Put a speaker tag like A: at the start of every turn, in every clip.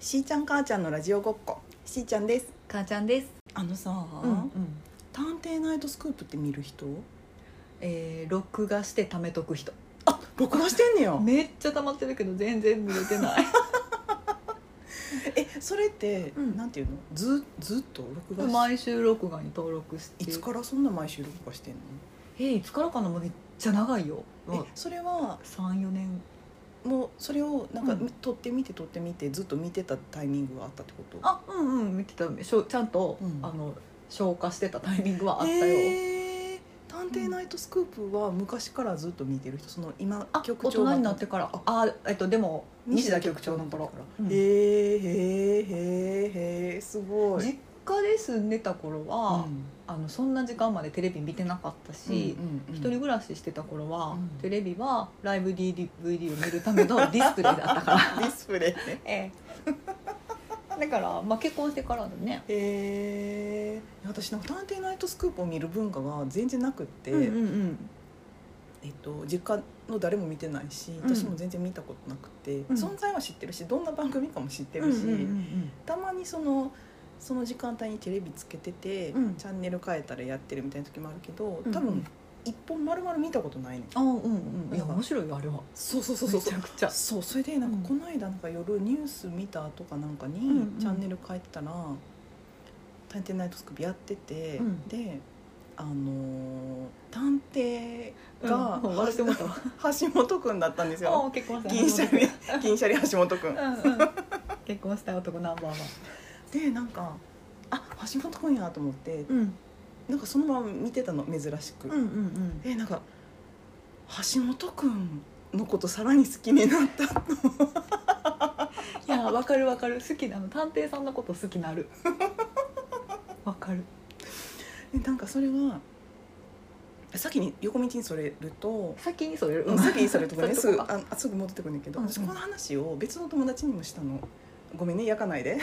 A: しーちゃん母ちゃんのラジオごっこしーちゃんです
B: 母ちゃんです。
A: あのさ、探偵ナイトスクープって見る人
B: えー録画して貯めとく人。
A: あ録画してんねや
B: めっちゃ溜まってるけど全然見れて ない。
A: えそれって、
B: うん
A: なんていうのずずっと録画し
B: 毎週録画に登録して。
A: いつからそんな毎週録画してんの、
B: えーいつからかなもうめっちゃ長いよ。
A: えそれは
B: 三四年。
A: もうそれをなんか、
B: うん
A: 撮ってみて撮ってみてずっと見てたタイミングがあったってこと
B: あうんうん見てたしょちゃんと、
A: うん
B: あの消化してたタイミングはあったよ。
A: えー探偵ナイトスクープは昔からずっと見てる人その今
B: あ大人になってから
A: あ
B: あえっとでも西田局長の頃
A: へ
B: うん
A: えへえへえへえすごい
B: 実家で住んでた頃は、
A: うん
B: あのそんな時間までテレビ見てなかったし、
A: うんうん
B: 一人暮らししてた頃は、
A: うん
B: テレビはライブ DVD を見る ためのディスプレイだったから
A: ディスプレイね
B: ええ だから、まあ、結婚してからだね
A: へえ私なんか探偵ナイトスクープを見る文化が全然なくって、
B: うん
A: えっと、実家の誰も見てないし
B: うん
A: 私も全然見たことなくて、
B: ん
A: 存在は知ってるしどんな番組かも知って
B: うんう
A: るし、
B: ん
A: たまにそのその時間帯にテレビつけてて、
B: うん
A: チャンネル変えたらやってるみたいな時もあるけど
B: うん
A: 多分一本丸々見たことないね、
B: あうんうんいや面白いよあれは
A: そうそうそうそう
B: めちゃくちゃ
A: そうそれでなん
B: うん
A: かこの間なんか夜ニュース見たとかなんかに
B: んうん
A: チャンネル変えてたら「探偵ナイトスクープ」やってて、
B: うん
A: であのー探偵が、
B: うん、笑ってもらったわ
A: 橋本くんだったんです
B: あ
A: よ
B: あ結婚した
A: 銀シャリ銀シャリ橋本くん
B: うんうん結婚した男ナンバーワン
A: でなんかあ橋本くんやと思って
B: うん
A: なんかそのまま見てたの珍しく、
B: うんうん
A: えなんか橋本くんのことさらに好きになった
B: いやわかるわかる好きなの探偵さんのこと好き なるわかる
A: でなんかそれが先に横道にそれると、
B: 先にそれる
A: うん、先にそれるとかねす
B: それ
A: ぐ
B: とか
A: ああすぐ戻ってくるんだけど、
B: うんうん
A: 私この話を別の友達にもしたのごめんね焼かない で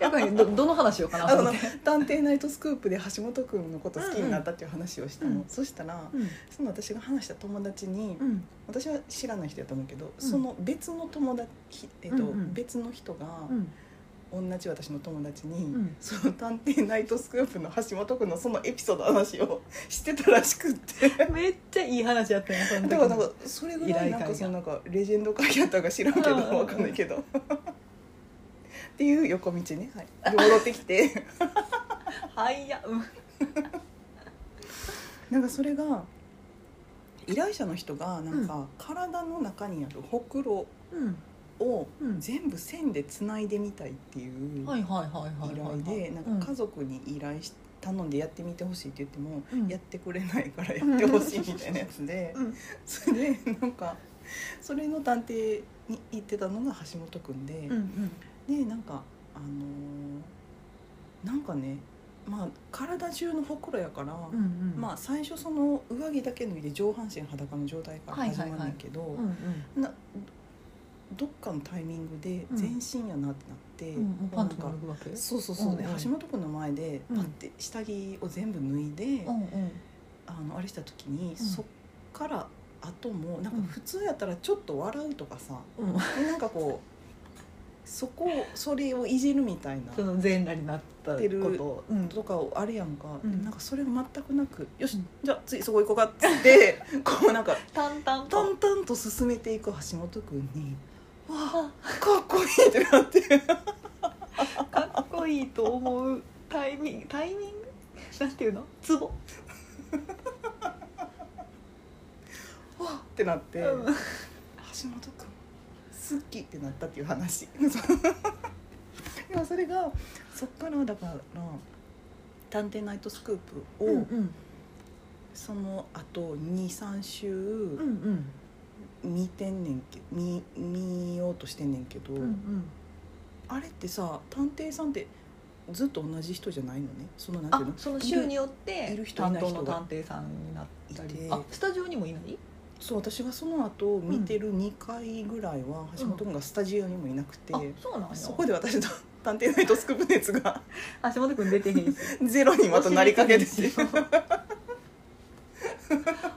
B: やっぱりどどの話をかな
A: あ
B: と
A: の
B: 思って
A: 探偵ナイトスクープで橋本くんのこと好きになったっていう話をしたの、
B: うんうん
A: そしたら
B: うん
A: その私が話した友達に、
B: うん
A: 私は知らない人やと思うけど、その別の友達、ひえっと
B: うんうん
A: 別の人が、
B: うん
A: 同じ私の友達に、
B: ん
A: その探偵ナイトスクープの橋本君のそのエピソードの話をしてたらしくって
B: めっちゃいい話やったよその時
A: だからなんかそれぐらい
B: 依
A: な
B: 頼会
A: ん
B: が
A: かそのなんかレジェンド会やったか知らんけど
B: うんうんうん
A: わかんないけどっていう横道ね、はい、戻ってきて
B: はいやうん
A: なんかそれが依頼者の人がなんか体の中にあるほくろを
B: うん
A: 全部線でつないでみたいっていう
B: はい
A: 依
B: はいはいはいは
A: 頼
B: い
A: でなんか家族に依頼し頼んでやってみてほしいって言っても
B: うん
A: やってくれないからやってほしいみたいなやつ で、
B: うん
A: それでなんかそれの探偵に行ってたのが橋本くんで、
B: うんうん
A: でなんかあのーなんかねまあ体中のほくろやから、
B: うんうん
A: まあ最初その上着だけ脱いで上半身裸の状態から始まるんだけど、
B: うんうん
A: などっかのタイミングで
B: うん
A: 全身やなってなって、
B: うんうん
A: こう
B: パ
A: な
B: ン
A: ん
B: ツ
A: か
B: も脱ぐわけ
A: そうそうそうね、
B: うんうん
A: 橋本くんの前で
B: うん
A: パッて下着を全部脱いで。
B: うんうん
A: あのあれした時に、
B: ん
A: そっから後もなん
B: うん
A: か普通やったらちょっと笑うとかさ、
B: うん
A: でなんかこうそこをそれをいじるみたいな
B: その全裸になったことをうん
A: とかをあるやんか、
B: うん
A: なんかそれが全くなくよし、
B: うん
A: じゃあ次そこ行こうかっつって こうなんか
B: 淡々と
A: 淡々と進めていく橋本君に「わ
B: あ
A: あかっこいい!」ってなって
B: かっこいいと思うタイミングタイミングなんていうのツボ
A: 「わあ!」ってなって、
B: うん
A: 橋本君好きってなったっていう話でもそれがそっからだから「探偵ナイトスクープを」
B: ん
A: その後23
B: う
A: 週
B: ん
A: 見てんねんけ見見ようとしてんねんけど、
B: うんうん
A: あれってさ探偵さんってずっと同じ人じゃないのねそのなんてい
B: あ
A: うの
B: その週によって
A: いる人い
B: 担
A: ない
B: 当
A: 人
B: の
A: が
B: 探偵さんになった
A: い
B: り
A: て
B: あスタジオにもいない
A: そう私がその後見てる2回ぐらいは橋本君がスタジオにもいなくて、
B: あそうなんや
A: そこで私と「探偵ナイトスクープ熱」が
B: あ橋本君出てへんし
A: ゼロにまたなりかけて て
B: お尻出へんし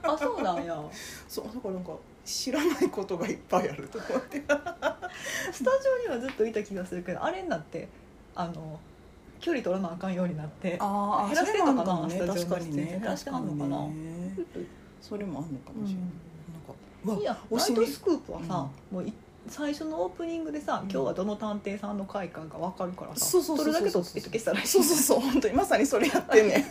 B: あそうなんや
A: そうだからなんか知らないことがいっぱいあると思って
B: スタジオにはずっといた気がするけどあれになってあの距離取らなあかんようになって
A: あ
B: ー
A: 減らしてたかな
B: そ
A: ス
B: れ
A: タジ
B: なんかもね
A: オの出演
B: 確かに
A: 確
B: ね
A: かに
B: 確かにね
A: ねそれもあんのかもしれない、なんかうわ
B: いや
A: お
B: ナイ
A: 尻
B: トスクープはさ、もうい最初のオープニングでさ、
A: うん
B: 今日はどの探偵さんの回かが分かるからさ
A: そうそうそうそう
B: れだけ取ってとけしたらいい
A: そうそうそう本当にまさにそれやってんね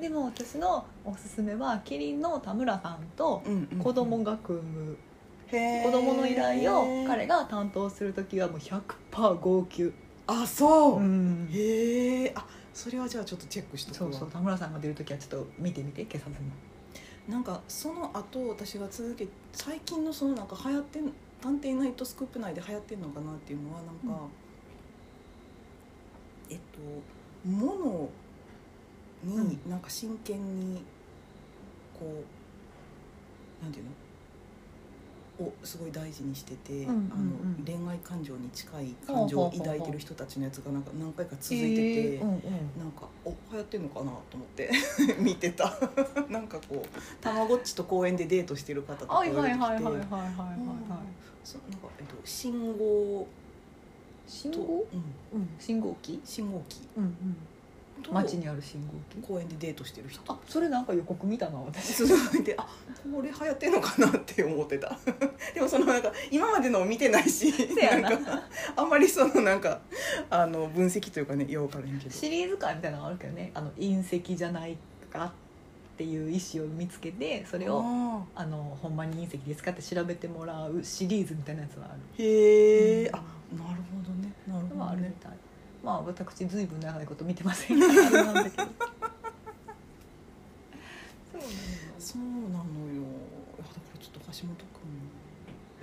B: でも私のおすすめはキリンの田村さんと
A: うんうん
B: 子供学務、
A: へー
B: 子供の依頼を彼が担当する時はもう100%号泣、
A: あそう、
B: うん
A: へえあそれはじゃあちょっとチェックしとく
B: そ
A: わ
B: うそう田村さんが出る時はちょっと見てみて警察も
A: なんかその後私が続け最近のそのなんか流行ってん「探偵ナイトスクープ」内で流行ってんのかなっていうのはなんか、えっとものになんか真剣にこう、なんていうのをすごい大事にしてて、
B: うんうんうん
A: あの恋愛感情に近い感情を抱いてる人たちのやつがなんか何回か続いてて。
B: えーうんうん
A: なんかお流行ってんのかなと思って 見てた なんかこうたまごっちと公園でデートしてる方とか
B: はい
A: が
B: はい
A: 出てき
B: はいはいはいはいはい
A: て
B: はい
A: そうなんか、えっと、信号
B: 信
A: と
B: 号、
A: うん、
B: うん、信号機、
A: 信号機
B: うんうん、
A: と
B: 街にある信号機
A: 公園でデートしてる人
B: あそれなんか予告見たな私
A: 続いてあこれ流行ってんのかなって思ってた でもそのなんか今までのを見てないし
B: せや な
A: なんかあんまりそのなんかあの分析というかねようわからへんけど
B: シリーズ感みたいなのがあるけどねあの隕石じゃないかっていう意思を見つけてそれを
A: あ
B: あのほんまに隕石ですかって調べてもらうシリーズみたいなやつはある
A: ーへえ、
B: うん
A: あなるほどねなる
B: の
A: ほ
B: はあ
A: ど
B: るみ
A: ね
B: たい、まあ私ずいぶん長いこと見てませ んからあれなんだけどそう
A: そうなのよいやだからちょっと橋本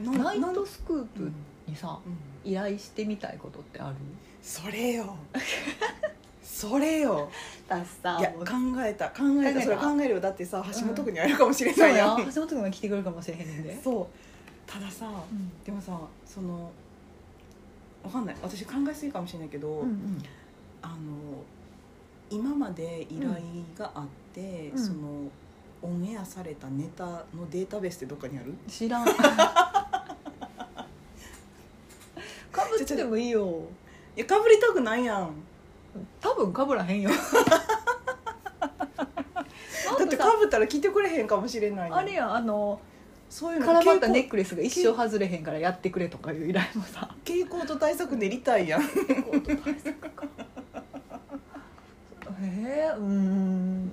A: 君
B: な
A: な
B: のナイ
A: なん
B: トスクー
A: うんう
B: プにさ
A: ん
B: 依頼してみたいことってある
A: それ よそれよ
B: 私さ
A: いや
B: も
A: 考
B: う
A: えた考え
B: 考えた
A: たそれ考えるよだってさ橋本
B: う
A: 君に会えるかもしれ
B: そ
A: な
B: う
A: い
B: や
A: やん、
B: 橋本君が来てくるかもしれへんねんで、
A: そうたださ
B: うん
A: でもさそのわかんない私考えすぎかもしれないけど、
B: うんうん、
A: あの今まで依頼があって、
B: うん
A: そのオンエアされたネタのデータベースってどっかにある
B: 知らんかぶっててもいいよ
A: いやかぶりたくないやん
B: 多分かぶらへ んよ
A: だってかぶったら聞いてくれへんかもしれないやん
B: あれやあの
A: そういうの
B: 絡まったネ
A: 傾
B: ックレスが一生外れへんからやってくれとかいう依頼もさ
A: 向傾向と対策練りた いやん
B: へえうーん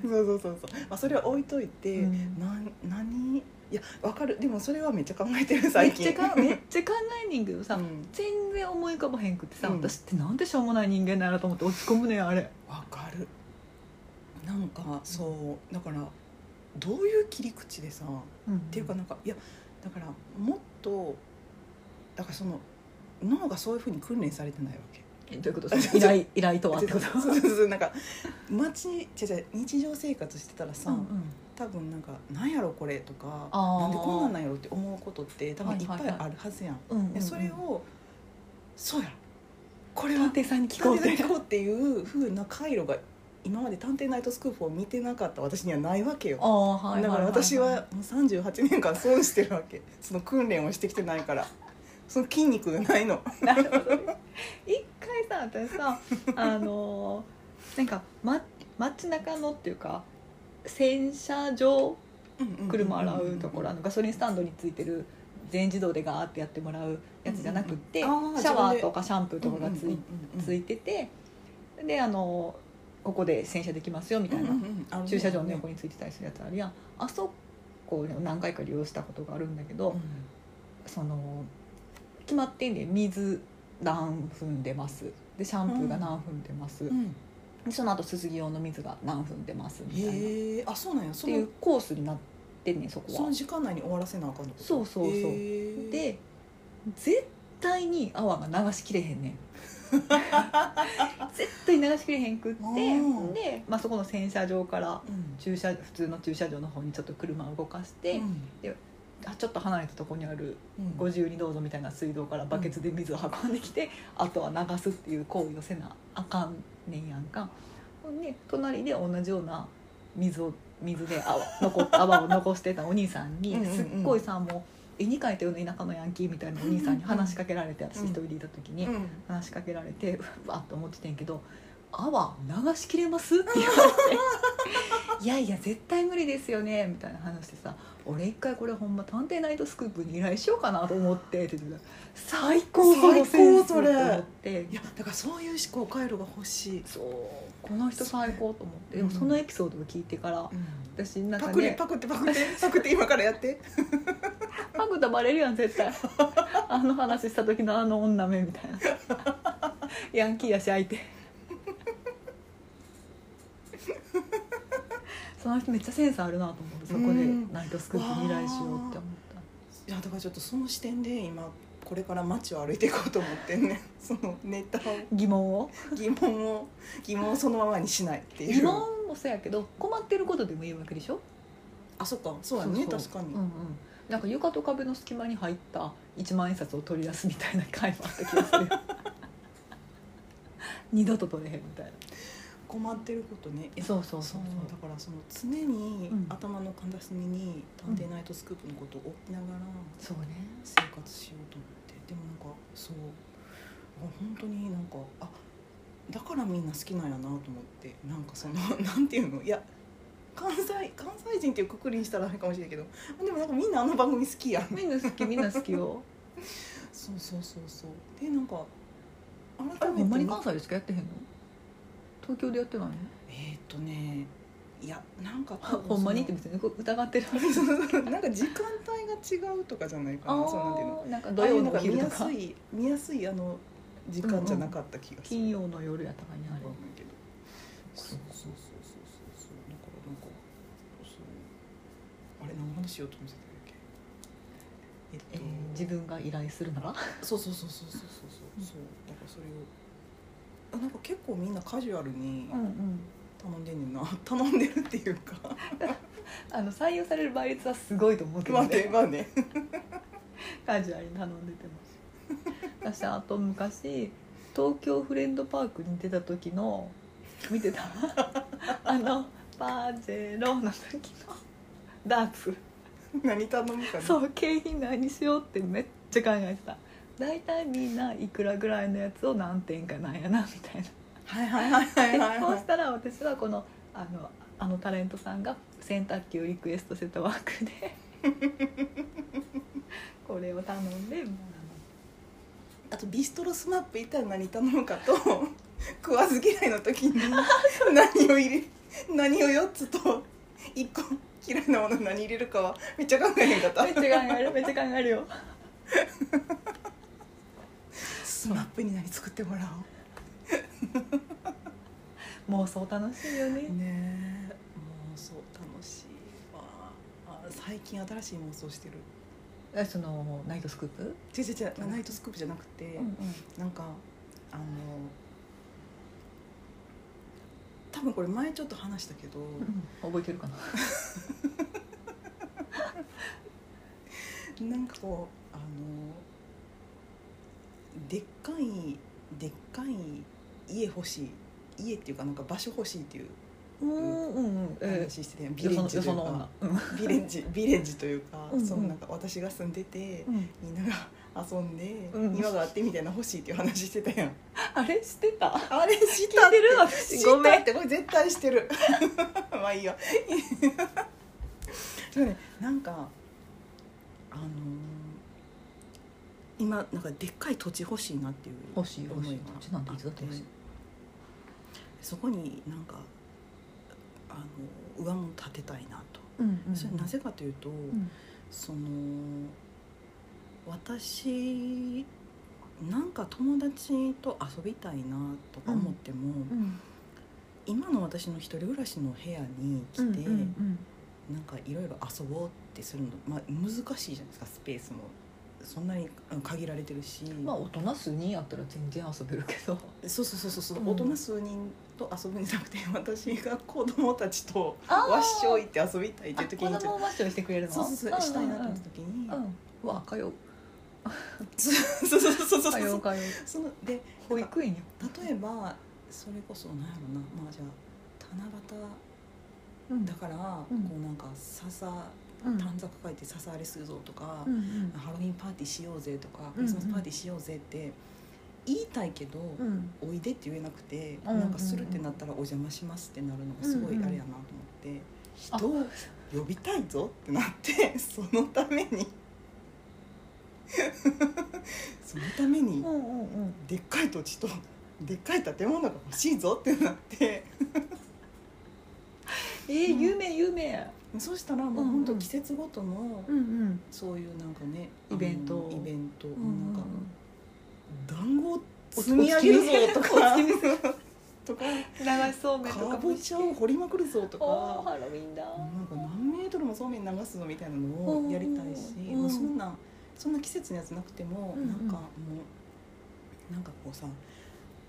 A: そうそうそうそう、まあ、それは置いといて、
B: うん
A: なん何いやわかるでもそれはめっちゃ考えてる
B: め
A: 最
B: っち
A: 近
B: ゃかめっちゃ考えにんけどさ、
A: うん
B: 全然思い浮かばへんくてさ、
A: うん
B: 私ってなんでしょうもない人間なんやろと思って落ち込むねんあれ
A: わかるなんかそうだからどういう切り口でさっ
B: うんって
A: いうかなんかいやだからもっとだからその脳がそういうふうに訓練されてないわ け
B: えどういうこと依頼依頼とはって こと
A: そうそうそうなんか街違う違う日常生活してたらさ、
B: うんうん
A: 多分なんか「なんやろこれ」とか「
B: あー
A: なんでこんなんなんやろ」って思うことって多分いっぱい
B: はいはいはい
A: あるはずやん。
B: うんうんうん
A: でそれを「そうやこれは
B: 探偵さんに聞
A: 聞こ
B: こ
A: う」
B: うって
A: 聞こうっていう風な回路が今まで「探偵ナイトスクープ」を見てなかった私にはないわけ
B: あ
A: よ。
B: あは
A: だから私はもう38年間損してるわけその訓練をしてきてないからその筋肉がないの
B: なるほどね一回さ私 さあのーなんか、ま、街中のっていうか洗車場車洗うところあのガソリンスタンドについてる全自動でガーってやってもらうやつじゃなくって、
A: うんうんあー
B: シャワーとかシャンプーとかがつい,、つ
A: い
B: いててであのーここで洗車できますよみたいな、駐車場の横
A: に、
B: についてたりするやつあるやんあそこを何回か利用したことがあるんだけど、その決まってんで水何分出ますでシャンプーが何分出ます、
A: うんうん
B: でその後すすぎ用の水が何分出ますみたいなっ
A: へえあそうなんやそ
B: てい
A: の
B: うコースになってんねんそ
A: そ
B: こは
A: の。時間内に終わらせなあかんの
B: そうそうそうで絶対に泡が流しきれへんね ん絶対流しきれへんくって
A: うん
B: で、まあ、そこの洗車場から
A: うん
B: 駐車普通の駐車場の方にちょっと車を動かして、
A: うん
B: あちょっと離れたとこにある
A: うん
B: ご自由にどうぞみたいな水道からバケツで水を運んできて、あとは流すっていう行為をせなあかんねんやんかほんで隣で同じような水を水で泡 残っ泡を残してたお兄さんに
A: うんうんうん
B: すっごいさもう絵に描いたような田舎のヤンキーみたいなお兄さんに話しかけられて私
A: うん
B: 一人でいた時に
A: うん
B: 話しかけられてうわっと思っててんけど「泡流しきれます?」って言われ て「いやいや絶対無理ですよね」みたいな話してさ「俺一回これほんま探偵ナイトスクープに依頼しようかなと思って」って言ってた最高
A: 最高
B: のセンス
A: それ
B: と思って
A: いやだからそういう思考回路が欲しい、
B: そうこの人最高と思ってでも
A: うん
B: そのエピソードを聞いてから私なんか
A: パク
B: ね
A: リパクってパ クってパクって今からやって
B: パグダバレるやん 絶対あの話した時のあの女目みたいなヤンキーやし相手その人めっちゃセンスあるなと思ってそこで
A: うん
B: ナイトスクープ未来しようって思っ
A: いやだからちょっとその視点で今これから街を歩いていこうと思って んねそのネタを
B: た疑問を
A: 疑問を 疑問をそのままにしないっていう
B: 疑問もそうやけど困ってることでもいいわけでしょ
A: あそっかそうだね
B: そうそう
A: 確かに、
B: うんうんなんか床と壁の隙間に入った一万円札を取り出すみたいな回もあった気がす る二度と取れへんみたいな
A: 困ってることねえ
B: そうそう
A: そうだからその常に
B: うん
A: 頭の片隅に「探偵ナイトスクープ」のことを置きながら
B: そうね
A: 生活しようと思ってでもなんかそうあ本当になんかあだからみんな好きなんやなと思ってなんかその なんていうのいや関西関西人っていうくくりにしたらあれかもしれないけどでもなんかみんなあの番組好きやん
B: みんな好きみんな好きよ
A: そうそうそうそうでなんか
B: あ
A: 改
B: れ
A: めて
B: ほんまに関西でしかやってへんの東京でやってないの
A: えーっとねいやなんか多分
B: ほんまにって別に疑ってるわけじゃ
A: そ
B: ない
A: のそうなんか時間帯が違うとかじゃないかなそうなんていうの
B: あーなんか
A: 土
B: 土
A: 曜
B: 曜
A: の
B: のお
A: 見
B: 昼
A: や
B: と
A: す
B: か
A: い見やすいあの時間じゃなかった気がする、
B: 金曜の夜やったかにあ
A: わ
B: れ
A: かんないけどそうそうそうそうそうそうだからなんかそうあれ何の話しようと思ってたんだっけ
B: え
A: えっと、
B: ー自分が依頼するなら
A: そうそうそうそうそうそうそうそうだからそれをあなんか結構みんなカジュアルに
B: ん
A: 頼んでんねんな頼んでるっていうか
B: あの採用される倍率はすごいと思うけ
A: ま
B: ど
A: あね
B: ね
A: まあね
B: カジュアルに頼んでても私あと昔東京フレンドパークに出た時の見て たあのパジェロの時のダーツ
A: 何頼むかね
B: そう景品何しようってめっちゃ考えてた大体みんないくらぐらいのやつを何点かなんやなみたいな
A: はいはいはいはいはい
B: でそう
A: は
B: したら私はこのあのあのタレントさんが洗濯機をリクエストしてた枠 でこれを頼んでもう
A: あとビストロスマップ行ったら何頼むかと 食わず嫌いの時に 何を入れ何を4つと1個嫌いなもの何入れるかはめっちゃ考えへんかっ
B: あ
A: た
B: のめっちゃ考えるめっちゃ考えるよ
A: スマップに何作ってもら
B: 妄想楽しいよね
A: おうねえ妄想楽しいわあ最近新しい妄想してる
B: えそのナイトスクープ、
A: 違う違う違うナイトスクープじゃなくて、なんかあの多分これ前ちょっと話したけど、
B: 覚えてるかな
A: なんかこうあのでっかいでっかい家欲しい家っていうかなんか場所欲しいっていう
B: うんうんうんえ
A: 話してて、ビ
B: よ
A: レ
B: そ
A: ッ
B: の
A: ジ
B: よ
A: とい
B: そうの
A: か
B: 女うん
A: ビレッ ジビレッジというか
B: うんうん
A: そのなんか私が住んでて
B: うん
A: みんなが遊んで、
B: うん
A: 庭があってみたいな欲しいっていう話してたやん
B: あれしてた
A: あれし
B: 聞
A: た
B: いてる 私
A: 知
B: ご
A: っ
B: め
A: た
B: ん
A: ってこれ絶対してる まあいいよでもねなんかあのー今なんかでっかい土地欲しいなっていう
B: 欲しい欲しい
A: 思が
B: 土地なんていつだって欲しい
A: あそこになんかあの上も建てたいなと、
B: うんうん
A: それなぜかというと、
B: ん
A: その私なんか友達と遊びたいなとか思っても、
B: うん
A: 今の私の一人暮らしの部屋に来て、
B: うんうん
A: なんかいろいろ遊ぼうってするの、まあ、難しいじゃないですかスペースもそんなにあの限られてるし、
B: うんまあ大人数人やったら全然遊べるけ ど
A: そうそうそうそうそう、
B: うん
A: 大人数人と遊ぶんじゃなくて 私が子供たちと
B: あー
A: わっしょいって遊びたいっていう時に
B: あ子供をマッションしてくれるの
A: そうそうそうしたいなと思った
B: て
A: 時に、
B: うんうんうわ通う
A: そうそうそうそうそう
B: 通
A: そう
B: う通う
A: そので
B: 保育園よ
A: 例えばそれこそなんやろなまあじゃあ七夕
B: うん
A: だから、
B: うん
A: こうなんか笹
B: うん
A: 短冊書いて笹あれするぞとか、
B: うん
A: ハロウィンパーティーしようぜとか
B: う
A: ク
B: んう
A: リ
B: ん
A: スマスパーティーしようぜって言いたいけど、
B: うん
A: おいでって言えなくて、
B: うんうんうん
A: なんかするってなったらお邪魔しますってなるのがすごいあれやなと思って、人を呼びたいぞってなって そのために そのために。
B: うんうんうん
A: でっかい土地とでっかい建物が欲しいぞってなって
B: えー、夢夢
A: そうしたら
B: ん
A: も
B: う
A: うん本当季節ごとの
B: うんうん
A: そういうなんかね
B: イベント
A: あのイベント
B: うん
A: なんか団子を積み上げるぞとか
B: お月見する
A: とか
B: 流しそうめんと
A: か
B: か
A: ぼちゃを掘りまくるぞと
B: おー
A: か
B: ハロウィンだ
A: なんか何メートルもそうめん流すぞみたいなのをやりたいし
B: うん
A: もうそんなそんな季節のやつなくても
B: うんう
A: なんんかもうなんかこうさ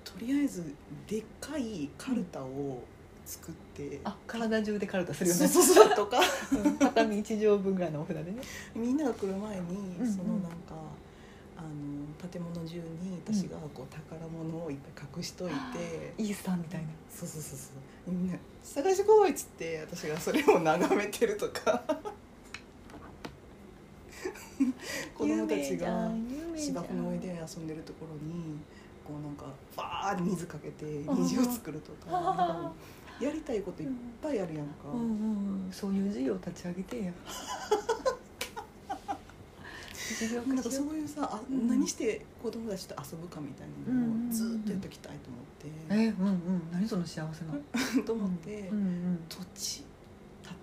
A: とりあえずでっかいカルタを作って。
B: あ体中でカルタするよ
A: そう
B: ね
A: そうそうとか
B: うん畳一畳分ぐらいのお札でね
A: みんなが来る前に、
B: うんうん
A: そのなんかあの建物中に私がこう宝物をいっぱい隠しといて、
B: イースターみたいな
A: そうそうそうそうみんな「探してこい」っつって私がそれを眺めてると か子供たちが芝生の上で遊んでるところにこうなんかファーって水かけて虹を作ると かなんかもうやりたいこといっぱいあるやんか。
B: うんうんうんそういう事業立ち上げてや事業化しよう
A: なんかそういうさあ
B: うん
A: 何して子供たちと遊ぶかみたいな
B: うんうんうんう
A: の
B: ん
A: をずっとやっていきたいと思って、
B: えうんうん何その幸せな
A: と思って、
B: うんうん
A: 土地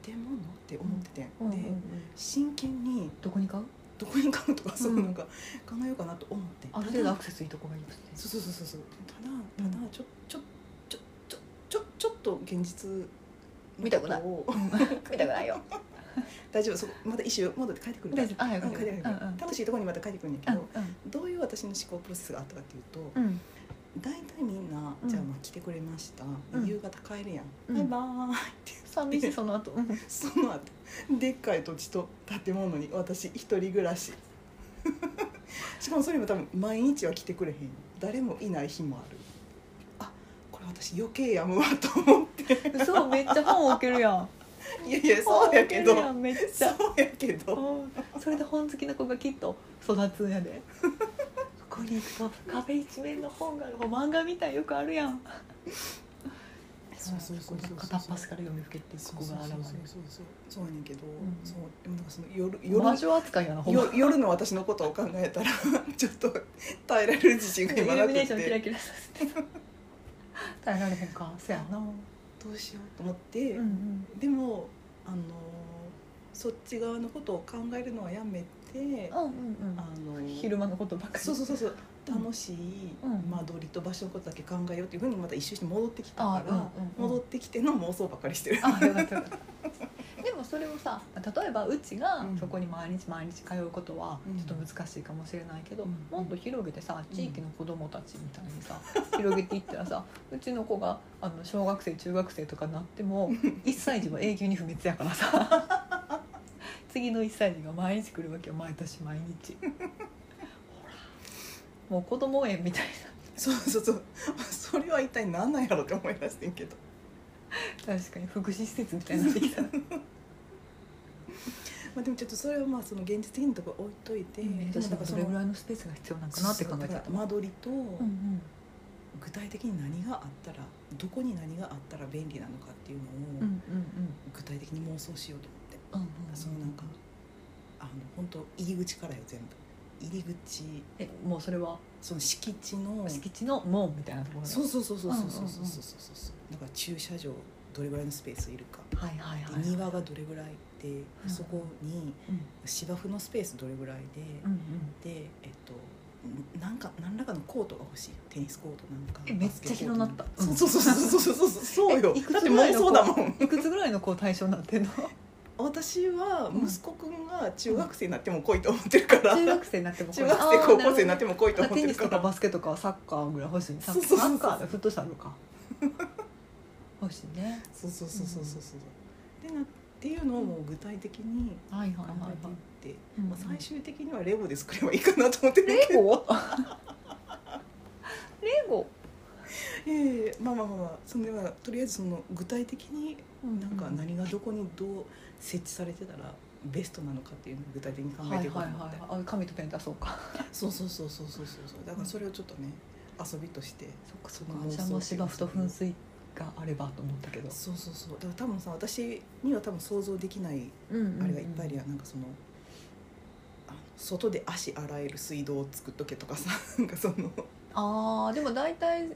A: 建物って思ってて、
B: うんうんう
A: で
B: ん
A: 真剣に
B: どこに買う
A: どこに買うとかそう
B: うん
A: なんか考えようかなと思って、
B: ある程度アクセスいいとこがいいですね
A: そうそうそうそうそうただただちょちょちょちょちょちょっと現実の
B: 見たくない
A: ことを
B: 見たくないよ
A: 大丈夫そこまた一周戻って帰ってくる
B: 大
A: か
B: 丈夫あよ
A: ら
B: か
A: う
B: っ
A: ん
B: た
A: 帰ってくるから
B: うん
A: 楽しいところにまた帰ってくるんだけ
B: うん
A: ど、どういう私の思考プロセスがあったかっていうと、
B: うんうん
A: 大体みんな、
B: うん
A: じゃあまあ来てくれました、
B: うん
A: 夕方帰るやん、
B: うん
A: バイバーイって
B: 寂しいその後うん
A: その後でっかい土地と建物に私一人暮らししかもそれも多分毎日は来てくれへん誰もいない日もあるあこれ私余計やむわと思って
B: 嘘めっちゃ本置けるやん
A: いやいやそうやけど
B: 本置るやんめっち
A: そ
B: ゃ
A: うやけど
B: うんそれで本好きな子がきっと育つん やでここに行くと壁一面の本がある漫画みたいよくあるやん
A: そうそうそうそう
B: 片っ端から読みふけっていう子が現れる
A: そうそうそうそうやねんけど、
B: ん
A: そうでもなんかその夜
B: 夜魔
A: 夜
B: 女扱いやなほんま
A: よ夜の私のことを考えたら ちょっと耐えられる自信が
B: イル
A: 今なく
B: ミネーションキラ
A: て
B: キラさせて耐えられへんかそやなう
A: どうしようと思って、
B: ん
A: でもあのーそっち側のことを考えるのはやめて、
B: うんうん
A: あのー
B: 昼間のことばっかり
A: そうそうそうそう
B: うん
A: 楽しい
B: うん
A: 間取りと場所のことだけ考えようっていうふうにまた一周して戻ってきた
B: あ
A: か
B: ー
A: ら、
B: うんうんうん
A: 戻ってきての妄想ばっかりしてる。
B: あよかったよかったでもそれをさ例えばうちが
A: うん
B: そこに毎日毎日通うことは
A: うん
B: ちょっと難しいかもしれないけど、
A: うん
B: もっと広げてさ地域の子どもたちみたいにさ、広げていったらさうちの子があの小学生中学生とかになって も1歳児は永久に不滅やからさ次の1歳児が毎日来るわけよ毎年毎日。ほらもう子供園みたい
A: そうそうそうそれは一体何なんやろって思い出してんけど
B: な確かに福祉施設みたいになってきた
A: まあでもちょっとそれはまあその現実的なところ置いといて、でも
B: 私
A: な
B: なんん
A: か
B: か
A: そ
B: ど
A: の
B: れぐらいのスペースが必要なんかなって考えちゃった
A: そうそうだから間取りと、
B: うんうん
A: 具体的に何があったらどこに何があったら便利なのかっていう
B: う
A: のを
B: んうん
A: 具体的に妄想しようと思って、
B: うんうん
A: そのなんかあの本当入り口からよ全部入り口
B: えもうそれは
A: その敷地の
B: 敷地の門みたいなところね
A: そうそうそうそうそうそうそう
B: うんうんうん
A: そうそうそうだから駐車場どれぐらいのスペースいるか
B: はいはいはい
A: で庭がどれぐらいで
B: うん
A: そこに
B: うん
A: 芝生のスペースどれぐらいで、
B: うんうん
A: でえっとんなんか何らかのコートが欲しいテニスコートなんか
B: えめっちゃ広なった
A: バスケコートなんかそうそうそうそうそうそうそうよ
B: えいく
A: だっ
B: つ
A: て
B: ぐらい
A: 妄
B: の
A: 想
B: 子
A: だもん
B: いくつぐらいの子を対象になってんの
A: 私は息子くんが中学生になっても来いと思ってるから
B: 中学生になっても
A: 中学生高校生になっても来いと
B: あ
A: 思って
B: ーなるほどねテ
A: る
B: ニスと
A: か
B: からバスケとかサッカーぐらい欲しいサッ
A: そうそうそうそう
B: サッカーだフットサル か欲しいね
A: そうそうそうそうそうそうでなっていうのをもう具体的に
B: はいは
A: 考
B: いはいはい
A: えていって、
B: うん
A: まあ、最終的にはレゴで作ればいいかなと思ってるけど
B: レ ゴレゴ
A: ええまあまあまあまあそのではとりあえずその具体的になんか何がどこにどう設置されてたらベストなのかっていうのを具体的に考え
B: は
A: て
B: い
A: いこう
B: はい
A: と思って、
B: はいはいあ紙とペンだそ うか
A: そうそうそうそうそうそうそうだからそれをちょっとね遊びとして
B: そっか
A: そ
B: そ
A: っ
B: っ
A: か
B: かじゃあもう芝生と噴水があればと思ったけど
A: そうそうそうだから多分さ私には多分想像できないあ
B: あ
A: れがいっぱいあるやん、なんかそのあの外で足洗える水道を作っとけとかさ なんかその
B: あーでも大体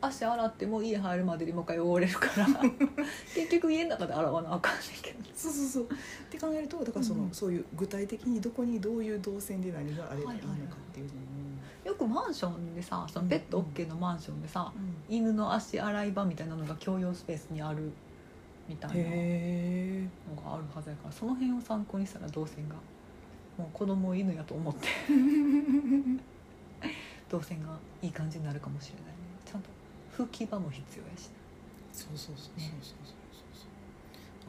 B: 足洗っても家入るまでにもう一回汚れるから 結局家の中で洗わなあかんねんけど
A: そうそうそうって考えるとだからその、
B: うん
A: そういう具体的にどこにどういう動線で何があればいいの
B: はいはいは
A: か
B: い
A: っていうのも、
B: よくマンションでさそのペット OK のマンションでさ、
A: うん
B: 犬の足洗い場みたいなのが共用スペースにあるみたいな
A: へ
B: のがあるはずやからその辺を参考にしたら動線がもう子供を犬やと思って 動線がいい感じになるかもしれないねちゃんと拭き場も必要や
A: え
B: し
A: そうそうそうそう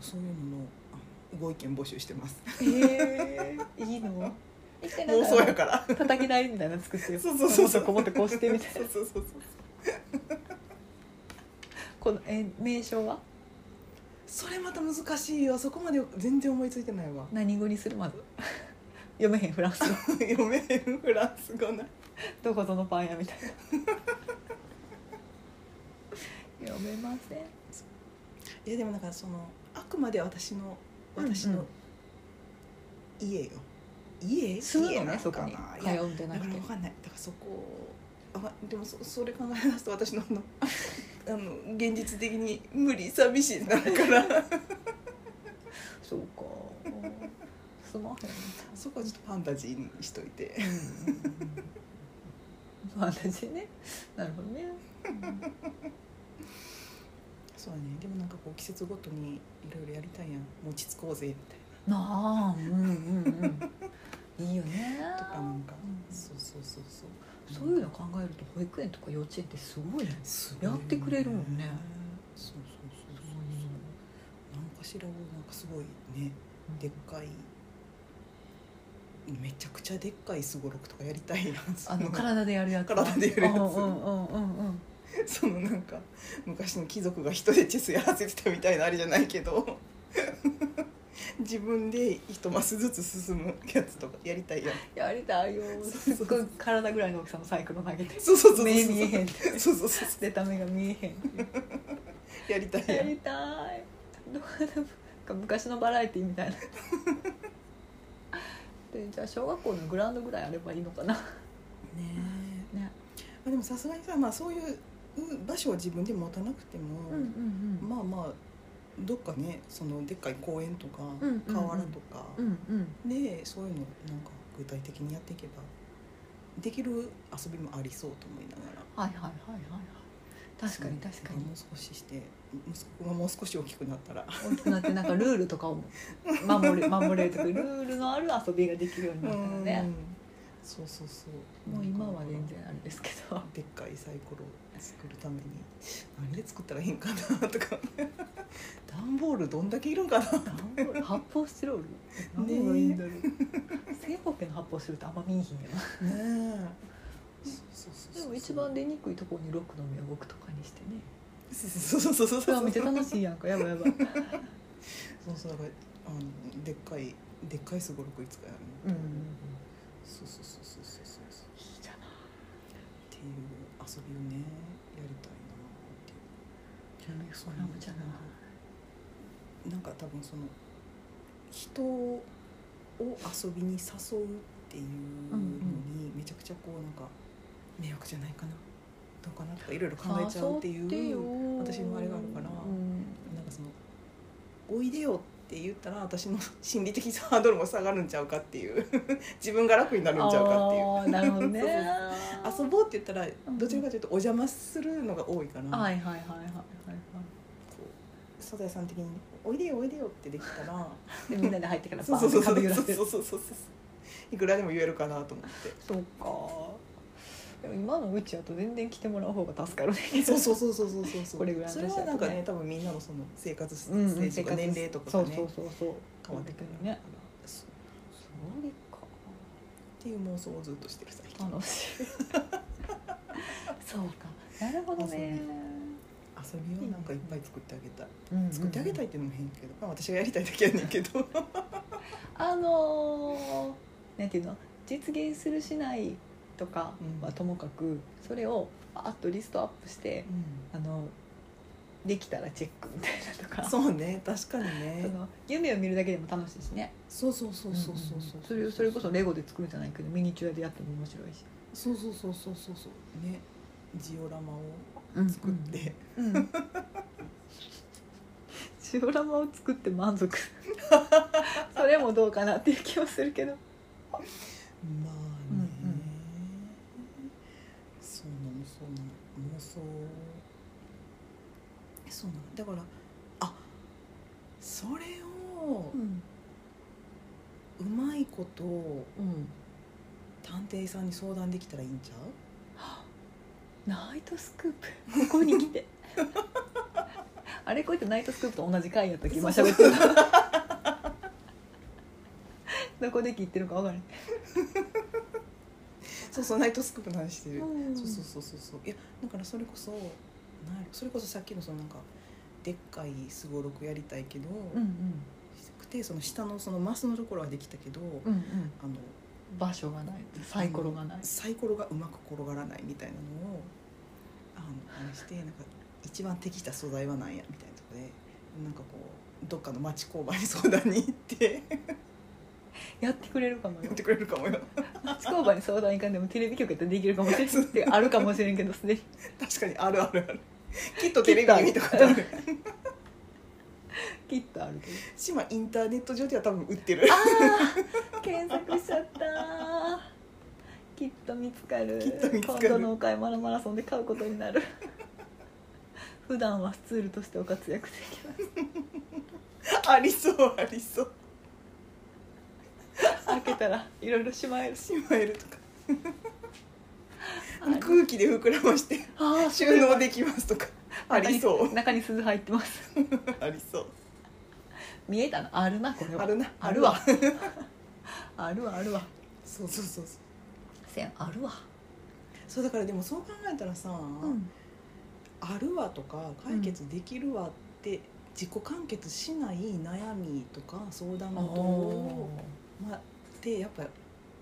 A: そうそうそうそ
B: ね
A: ういうののあのご意見募集してます
B: ええ いい のいって
A: 妄想やから
B: 叩き台みたいなの作って
A: そうそうそうそう
B: あのこもっとこうしてみたい
A: そう
B: な
A: そうそうそう
B: このえ名称は
A: それまた難しいよそこまで全然思いついてないわ
B: 何語にするまず読めへんフランス語
A: 読めへんフランス語な
B: どこぞのパン屋みたいな読めません
A: いやでもなんかそのあくまで私の
B: うんうん
A: 私の家よ、家
B: 住むの
A: 家な
B: ね
A: か
B: そこに
A: ない
B: 通
A: や
B: うんじゃ
A: だ
B: な
A: か
B: く
A: ら
B: て
A: わかんないだからそこあまでもそそれ考え出すと私のあ のあの現実的に無理寂しいなるから
B: そうかすまへ
A: そこはちょっとファンタジーにしといて
B: ん私ねなるほどね、うん
A: そうだねでもなんかこう季節ごとにいろいろやりたいやんもう落ち着こうぜみたい
B: なあうんうんうん いいよね
A: なとかなんか、
B: うん
A: そうそうそうそう
B: そういうの考えると保育園とか幼稚園ってすごいね
A: すごい
B: やってくれるもんね
A: そうそうそうそうそうなんかしらをなんかすごいねでっかいめちゃくちゃでっかいすごろくとかやりたいなそ
B: あの体でやるやつ
A: 体でやるやつ
B: うんうんうんうんうん
A: そのなんか昔の貴族が人でチェスやらせてたみたいなあれじゃないけど 自分で一マスずつ進むやつとかやりたいやん
B: やりたいよす
A: そうそ
B: っ
A: う
B: ごい体ぐらいの大きさのサイコロ投げて
A: そうそうそうそう
B: 目見えへん
A: そうそうそう
B: 出た目が見えへんって
A: やりたい
B: いう
A: や
B: や
A: ん
B: りたいどうなんか昔のバラエティみ たいなでじゃあ小学校のグラウンドぐらいあればいいのかな
A: ね
B: ね
A: まあ、でもさすがにさ、まあ、そういううん場所を自分で持たなくても、
B: ん
A: まあまあどっかねそのでっかい公園とか、
B: うんうんうん
A: 河原とか、
B: うんうん
A: でそういうのなんか具体的にやっていけばできる遊びもありそうと思いながら
B: はいはいはいはいはい確かに確かに
A: もう少しして息子がもう少し大きくなったら
B: 大きくなってなんかルールとかを守れ守れるとかルールのある遊びができるようになったらね
A: そうそうそう
B: もう今は全然あれですけど
A: でっかいサイコロを作るために何で作ったらいいんかなとか 段ボールどんだけいるんかな
B: 発泡スチロール
A: ねえ
B: 何がいいんだろう正方形の発泡スチロールってあんま見えへんや
A: ねえ。そうそう
B: な
A: そうそう
B: でも一番出にくいところにロックの実を動くとかにしてね
A: そうそうそうそう
B: それ
A: そ
B: は
A: う
B: めっちゃ楽しいやんかやば いやばい
A: そうそうだからあのでっかいでっかいすごろくいつかやる
B: うんいい
A: そうそうそうそうそうそうそう
B: じゃない
A: っていう遊びをねやりたいなっていう
B: それもじゃない
A: なんか多分その人を遊びに誘うっていうのにめちゃくちゃこうなんか迷惑じゃないかなどうかなとかいろいろ考えちゃうっていう
B: 誘よ
A: 私もあれがあるから
B: うん
A: なんかその「おいでよ」って言ったら私の心理的ハードルも下がるんちゃうかっていう 自分が楽になるんちゃうかっていう
B: あーなるほどね
A: 遊ぼうって言ったらどちらかというとお邪魔するのが多いから、
B: はいはいはいはいはいはい
A: こうサザエさん的に「おいでよおいでよ」ってできたら
B: でみんなで入ってから
A: そ
B: バ
A: うそ
B: ー
A: う
B: ン
A: そ
B: と
A: うそうそ
B: 壁
A: う
B: 揺ら
A: そうそ
B: せる
A: うそういくらでも言えるかなと思って
B: そうかでも今のうちやと全然来てもらう方が助かるね
A: そうそうそうそうそうそうそう
B: これぐらい
A: そ
B: の年
A: れ
B: だと
A: は
B: ね
A: なんかね多分みんなのその生活ステ
B: うんうん
A: ージとか年齢とかがね、
B: そうそうそうそう
A: 変わってくる
B: ね
A: からそう
B: そう
A: っていう妄想をずっとしてる最近
B: か楽しいそうかなるほどね
A: 遊遊びをなんかいっぱい作ってあげたい
B: うん
A: 作ってあげたいっていうのも変けど、まあ、私がやりたいだけやねんけど
B: あのーなんていうの実現するしないとか
A: うん
B: はともかくそれをあっとリストアップしてあのできたらチェックみたいなと か
A: そうね確かに
B: そ
A: ね
B: の夢を見るだけでも楽しいしね
A: そうそうそうそうそう
B: うんそれそれこそレゴで作るんじゃないけどミニチュアでやっても面白いし、
A: そうそうそうそうそうそうねジオラマを作って、
B: うん、うん、 ジオラマを作って満 足それもどうかなっていう気もするけど
A: まあね、
B: うんうん
A: そうなのそうなの妄想そうなのだからあそれを
B: ん
A: うまいこと
B: うん
A: 探偵さんに相談できたらいいんちゃう
B: ナイトスクープここに 来てあれこうやってナイトスクープと同じ回やったき今喋ってた どこで切ってるか分からない、
A: そうそうナイトスクープの話してる、
B: ん
A: そうそうそうそうそういやだからそれこそなんやろそれこそさっきのそのなんかでっかいすごろくやりたいけど、
B: うん
A: くてその下のそのマスのところはできたけど、
B: うんうんうん
A: あの
B: 場所がないサイコロがない
A: サイコロがうまく転がらないみたいなのをあのあれしてなんか一番適した素材は何やみたいなとこでなんかこうどっかの町工場に相談に行って
B: やってくれるかも
A: や
B: よ
A: ってくれるかもよ
B: 町工場に相談行かんでもテレビ局やったらできるかもしれないってあるかもしれ んけどすでに
A: 確かにあるあるあるきっとテレビに見たことある
B: きっとあるけど
A: 島インターネット上では多分売ってる
B: あー検索しちゃったきっと見つかる
A: きっと見つかる
B: 今度のお買い物マラソンで買うことになる普段はツールとしてお活躍できま す
A: ありそうありそう
B: 開けたらいろいろしまえるし
A: 島エルとか空気で膨らまして
B: ああ
A: 収納できますとかありそう
B: 中に鈴入ってます
A: ありそう
B: 見えたなあるなこれは
A: あるな
B: あるわあるわあるわ
A: そうそうそうそう
B: せやあるわ
A: そうだからでもそう考えたらさ、あるわとか解決できるわって自己完結しない悩みとか相談
B: お
A: 事を、まあ、ってやっぱ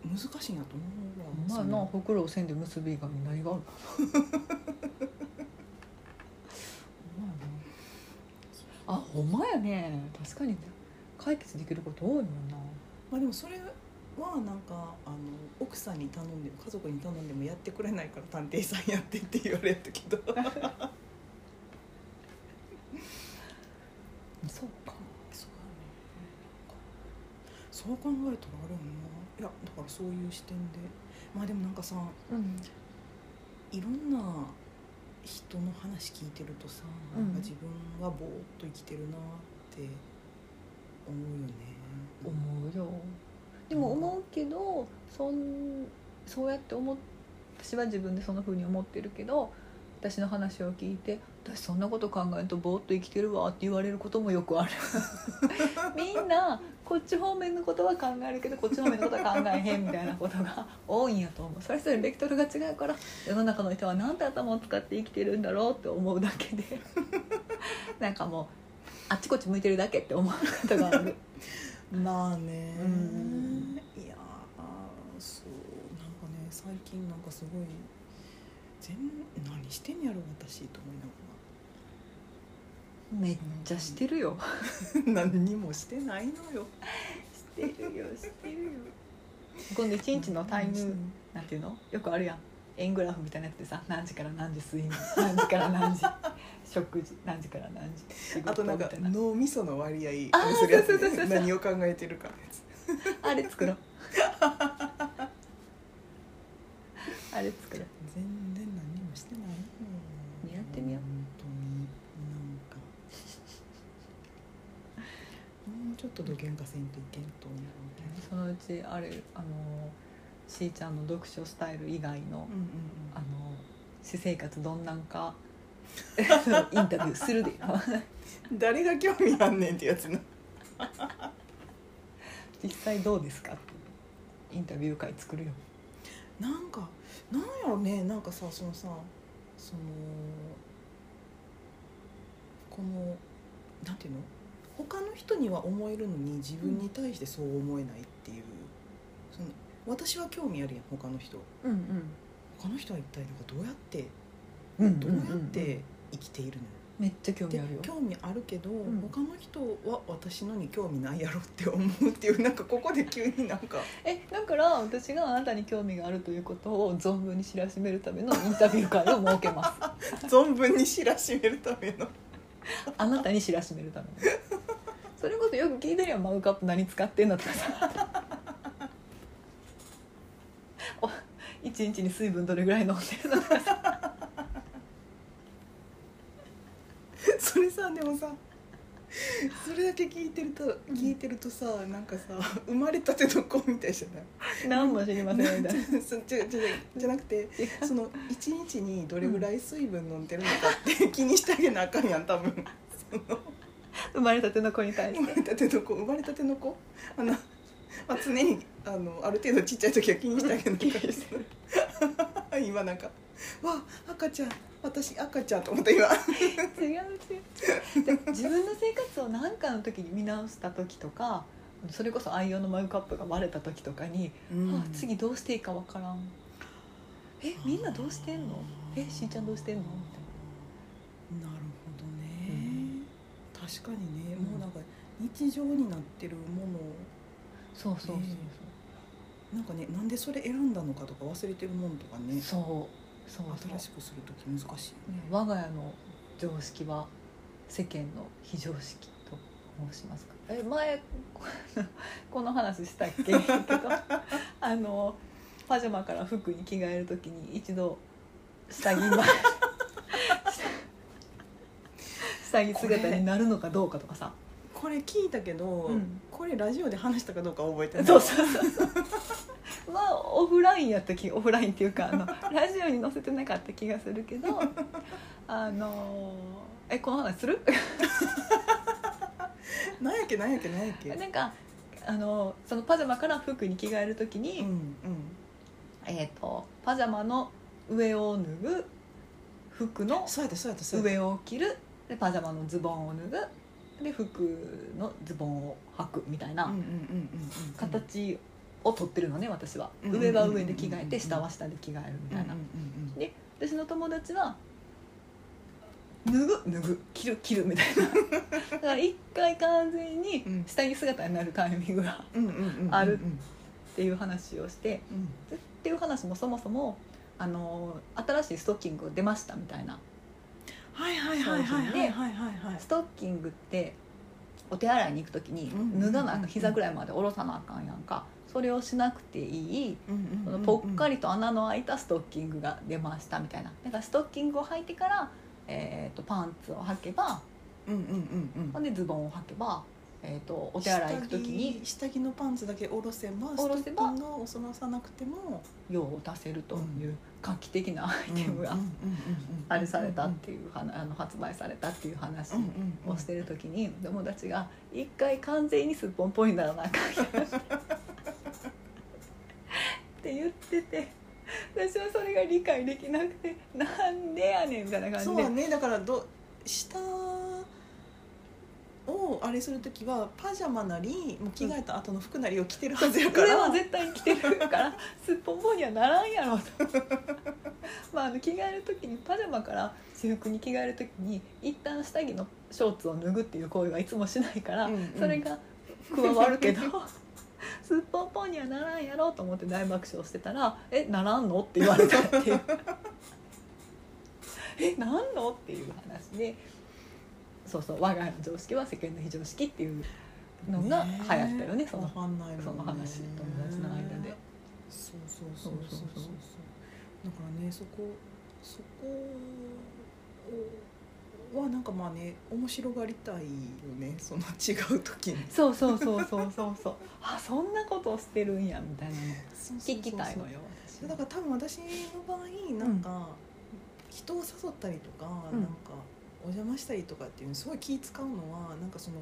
A: 難しいなと思うわ
B: ま
A: そ
B: あ
A: の
B: なほくろを線で結び以外に何があるかまあなあ ほんまやね確かに解決できること多いもんな
A: まあ、でもそれはなんかあの奥さんに頼んでも家族に頼んでもやってくれないから探偵さんやってって言われたけど
B: そうか
A: そうだねそう考えたらあれやないやだからそういう視点でまあでもなんかさ
B: うん
A: いろんな人の話聞いてるとさ、
B: うん
A: なんか自分はぼーっと生きてるなって思うよね。
B: 思うよでも思うけどそんそうやって思っ私は自分でそんな風に思ってるけど私の話を聞いて「私そんなこと考えるとぼーっと生きてるわ」って言われることもよくあるみんなこっち方面のことは考えるけどこっち方面のことは考えへんみたいなことが多いんやと思うそれぞれベクトルが違うから世の中の人は何て頭を使って生きてるんだろうって思うだけでなんかもうあっちこっち向いてるだけって思うことがある
A: まあね、
B: うん
A: いやーそうなんかね最近なんかすごい全何してんやろ私と思
B: めっちゃしてるよ
A: いながら 何にもしてないのよ。
B: してるよしてるよ今度一日のタイムなんていうのよくあるやん円グラフみたいなやつでさ何時から何時睡眠何時から何時 食事何時から何時仕
A: あと
B: 事み
A: な
B: たい
A: ん
B: な
A: か脳みその割合
B: あー
A: あれするやつね
B: そうそうそうそう
A: 何を考えてるかのやつ
B: あれ作ろう あれ作ろう
A: 全然何もしてない
B: やってみよう
A: 本当になんかもうちょっとどげんかせんといけんと思うね
B: そのうちあれあのしーちゃんの読書スタイル以外の
A: うんうん
B: あの私生活どんなんか インタビューするで
A: うん誰が興味あんねんってやつな
B: 実際どうですかっていうインタビュー会作るよ
A: なんかなんやろねなんかさそのさそのこのなんていうの他の人には思えるのに自分に対してそう思えないっていう、その私は興味あるやん他の人
B: うん
A: 他の人は一体なんかどうやって
B: うんうん
A: どうやって生きているの、
B: めっちゃ興味あ
A: で
B: るよ
A: 興味あるけど、
B: ん
A: 他の人は私のに興味ないやろって思うっていうなんかここで急になんか
B: えだから私があなたに興味があるということを存分に知らしめるためのインタビュー会を設けます
A: 存分に知らしめるための
B: あなたに知らしめるためのそれこそよく聞いてるよマグカップ何使ってんだとかさお一日に水分どれぐらい飲んでるのとかさ
A: それさでもさそれだけ聞いてると聞いてるとさなんかさ生まれたての子みたいじゃない
B: 何も知りませんみたいな
A: そちょちょじゃなくてその一日にどれぐらい水分飲んでるのかって 気にしてあげなあかんやん多分その
B: 生まれたての子に対し
A: 生まれた
B: て
A: ての子生まれたての子あの、まあ、常にあのある程度ちっちゃい時は気にしてあげなあかんやん 今なんか「わあ赤ちゃん私赤ちゃん」と思った今
B: 違う違うで自分の生活を何かの時に見直した時とかそれこそ愛用のマグカップが割れた時とかに、はあ、次どうしていいかわからんえみんなどうしてんのえしーちゃんどうしてんのみたい
A: なるほどね、
B: うん
A: 確かにね
B: うん
A: もうなんか日常になってるものを
B: なそうそうそう
A: なんかねなんでそれ選んだのかとか忘れてるものとかね
B: そう、そうそうそう
A: 新しくする時難しい
B: ね我が家の常識は世間の非常識と申しますかえ前 このこの話したっけけどあのパジャマから服に着替える時に一度下着ま下着姿になるのかどうかとかさ
A: これ聞いたけど、
B: うん
A: これラジオで話したかどうかは覚えてない
B: そうそうそうそうまあオフラインやった気オフラインっていうかあのラジオに載せてなかった気がするけどあのえこの話する
A: なんやっけなんやっけなんやっけ
B: なんかあのそのパジャマから服に着替えるときに、
A: うん
B: えー、とパジャマの上を脱ぐ服
A: う
B: の
A: んそうやったそうやったそうやっ
B: 上を着るでパジャマのズボンを脱ぐで服のズボンを履くみたい
A: たう
B: なん
A: うんうんうんうん
B: 形を取ってるのね私は
A: うん
B: 上は上で着替え
A: うん
B: て下は下で着替えるみたいな
A: うんうんうん
B: で私の友達は脱ぐ脱ぐ着る着るみたいな だから一回完全に下着姿になるタイミングが
A: うんうんうんうん
B: あるっていう話をして
A: うん
B: っていう話もそもそもあの新しいストッキング出ましたみたいな
A: はいはいはいはいはいはいはいはい
B: ストッキングってお手洗いに行く時に
A: うん
B: 脱がな
A: う
B: あ
A: んう
B: か
A: ん
B: ん膝ぐらいまで下ろさなあかんやんかそれをしなくていい
A: うん
B: そ
A: うんう
B: の
A: ん
B: ぽっかりと穴の開いたストッキングが出ましたみたいなだからストッキングを履いてから、えー、とパンツを履けば
A: うんうんうんう
B: ほ
A: ん
B: んでズボンを履けば、えー、とお手洗い行く時に
A: 下着下着のパンツだけ下ろせば
B: 下ろせば
A: ストッキングを下ろさなくても
B: 用を出せるという画期的なアイテムが
A: うんうんうんうん
B: あれされたっていうはなあの発売されたっていう話
A: うんうんうん
B: をしてる時に友達が一回完全にすっぽんぽいんだろうなあかんやろって言ってて私はそれが理解できなくてなんでやねんみたいな感じ
A: そう
B: で
A: はねだからど下をあれする時はパジャマなりもう着替えた後の服なりを着てるはずやか
B: 上
A: ら、
B: は絶対着てるからすっぽんぽんにはならんやろと まああの着替える時にパジャマから私服に着替える時に一旦下着のショーツを脱ぐっていう行為はいつもしないから、
A: うんうん
B: それが加わるけど すっぽんぽんにはならんやろと思って大爆笑してたら「えならんの?」って言われたっていう えなんのっていう話でそうそう我が家の常識は世間の非常識っていうのが流行ったよねその
A: わかんないもんね
B: その話友達の間で
A: そうそうそうそうそう
B: そうそうそう
A: だからねそこそこはなんかまあね面白がりたいよねその違う時に
B: そうそうそうそうそうそうあそんなことをしてるんやみたいなの
A: そうそうそうそう
B: 聞きたいのよ
A: そうだから多分私の場合なんか、人を誘ったりとか、
B: うん
A: なんかお邪魔したりとかっていうのすごい気使うのはなんかその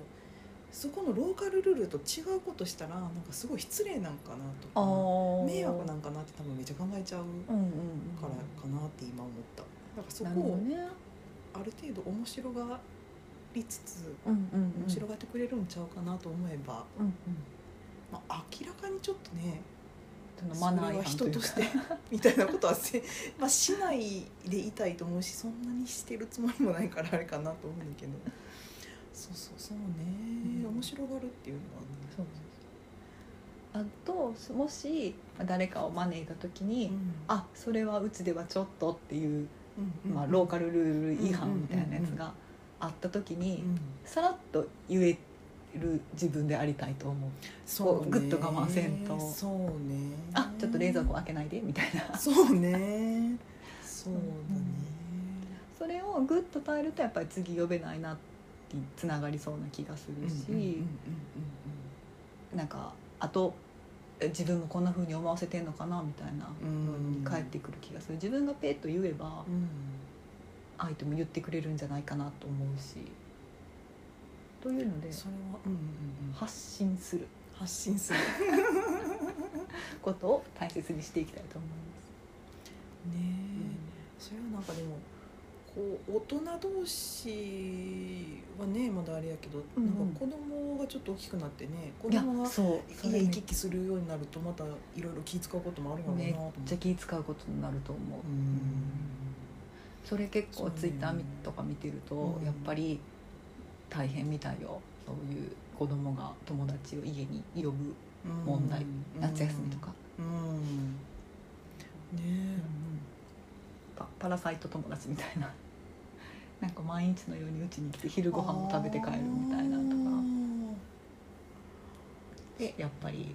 A: そこのローカルルールと違うことしたらなんかすごい失礼なんかなとか
B: あー
A: 迷惑なんかなって多分めっちゃ考えちゃう
B: うんうんうん
A: からかなって今思った。なんかそ
B: な
A: こ
B: るほど
A: を
B: ね
A: ある程度面白がりつつ
B: うんうん
A: 面白がってくれるんちゃうかなと思えば、
B: うんうん
A: まあ、明らかにちょっとね
B: その
A: そ
B: マ
A: れ
B: ナー違
A: は
B: 反と
A: 人
B: いう
A: と
B: か
A: して みたいなことはせ、まあ、しないでいたいと思うしそんなにしてるつもりもないからあれかなと思うんだけどそうそうそうね、
B: うん
A: 面白がるっていうのはね
B: そうあともし誰かを招いた時に、
A: うん
B: あそれはうちではちょっとっていう、
A: うんうん
B: まあ、ローカルルール違反みたいなやつがあった時に、
A: うん
B: さらっと言える自分でありたいと思う
A: そうね
B: グッと我慢せんと
A: そうね
B: あちょっと冷蔵庫開けないでみたいな
A: そうねそうだね、
B: それをグッと耐えるとやっぱり次呼べないなってつながりそうな気がするし、
A: うんうんうんうんうん
B: なんかあとえ自分もこんな風に思わせてんのかなみたいな
A: うん
B: 風に返ってくる気がする自分がペッと言えば
A: うん
B: 相手も言ってくれるんじゃないかなと思うしというので
A: それは、うんうんうん、
B: 発信する
A: 発信する
B: ことを大切にしていきたいと思います。
A: ねそれはなんかでもこう大人同士はねまだあれやけど、
B: うん
A: なんか子供がちょっと大きくなってね子
B: いや
A: 供が
B: そうそ
A: 家
B: れ
A: 行
B: め
A: き
B: っ
A: 来するようになるとまたいろいろ気使うこともあるのかな
B: めっ
A: と思って
B: ちゃ気使うことになると思う
A: う。ん
B: それ結
A: そう
B: 構
A: ね
B: ツイッターとか見てると
A: うん
B: やっぱり大変みたいよそういう子供が友達を家に呼ぶ問題
A: うん
B: 夏休みとか、
A: うんね
B: パパラサイト友達みたいな なんか毎日のようにうちに来て昼ご飯を食べて帰るみたいなとかでやっぱり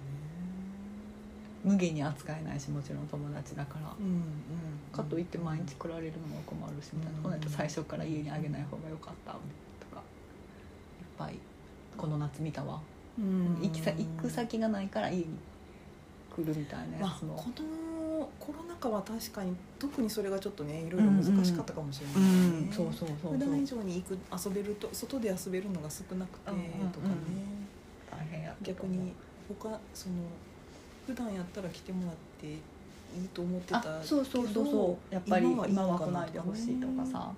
B: 無限に扱えないしもちろん友達だから
A: うんうん
B: かといって毎日来られるのも困るしみたいな
A: うん
B: この人最初から家にあげない方が良かったとかいっぱいこの夏見たわ
A: うん
B: 行きさ行く先がないから家に来るみたいなや
A: まあ
B: つも、
A: このコロナ禍は確かに特にそれがちょっとねいろいろ難しかったかもしれないね、
B: そうそうそうそう
A: 普段以上に行く遊べると外で遊べるのが少なくてとかね、
B: うんうん大変やったと
A: 逆
B: 思う
A: に他その普段やったら来てもらっていいと思ってた
B: あそうそうそうそうやっぱり
A: 今
B: 今
A: は
B: はい
A: いのかな
B: 来ないでほしいとかさ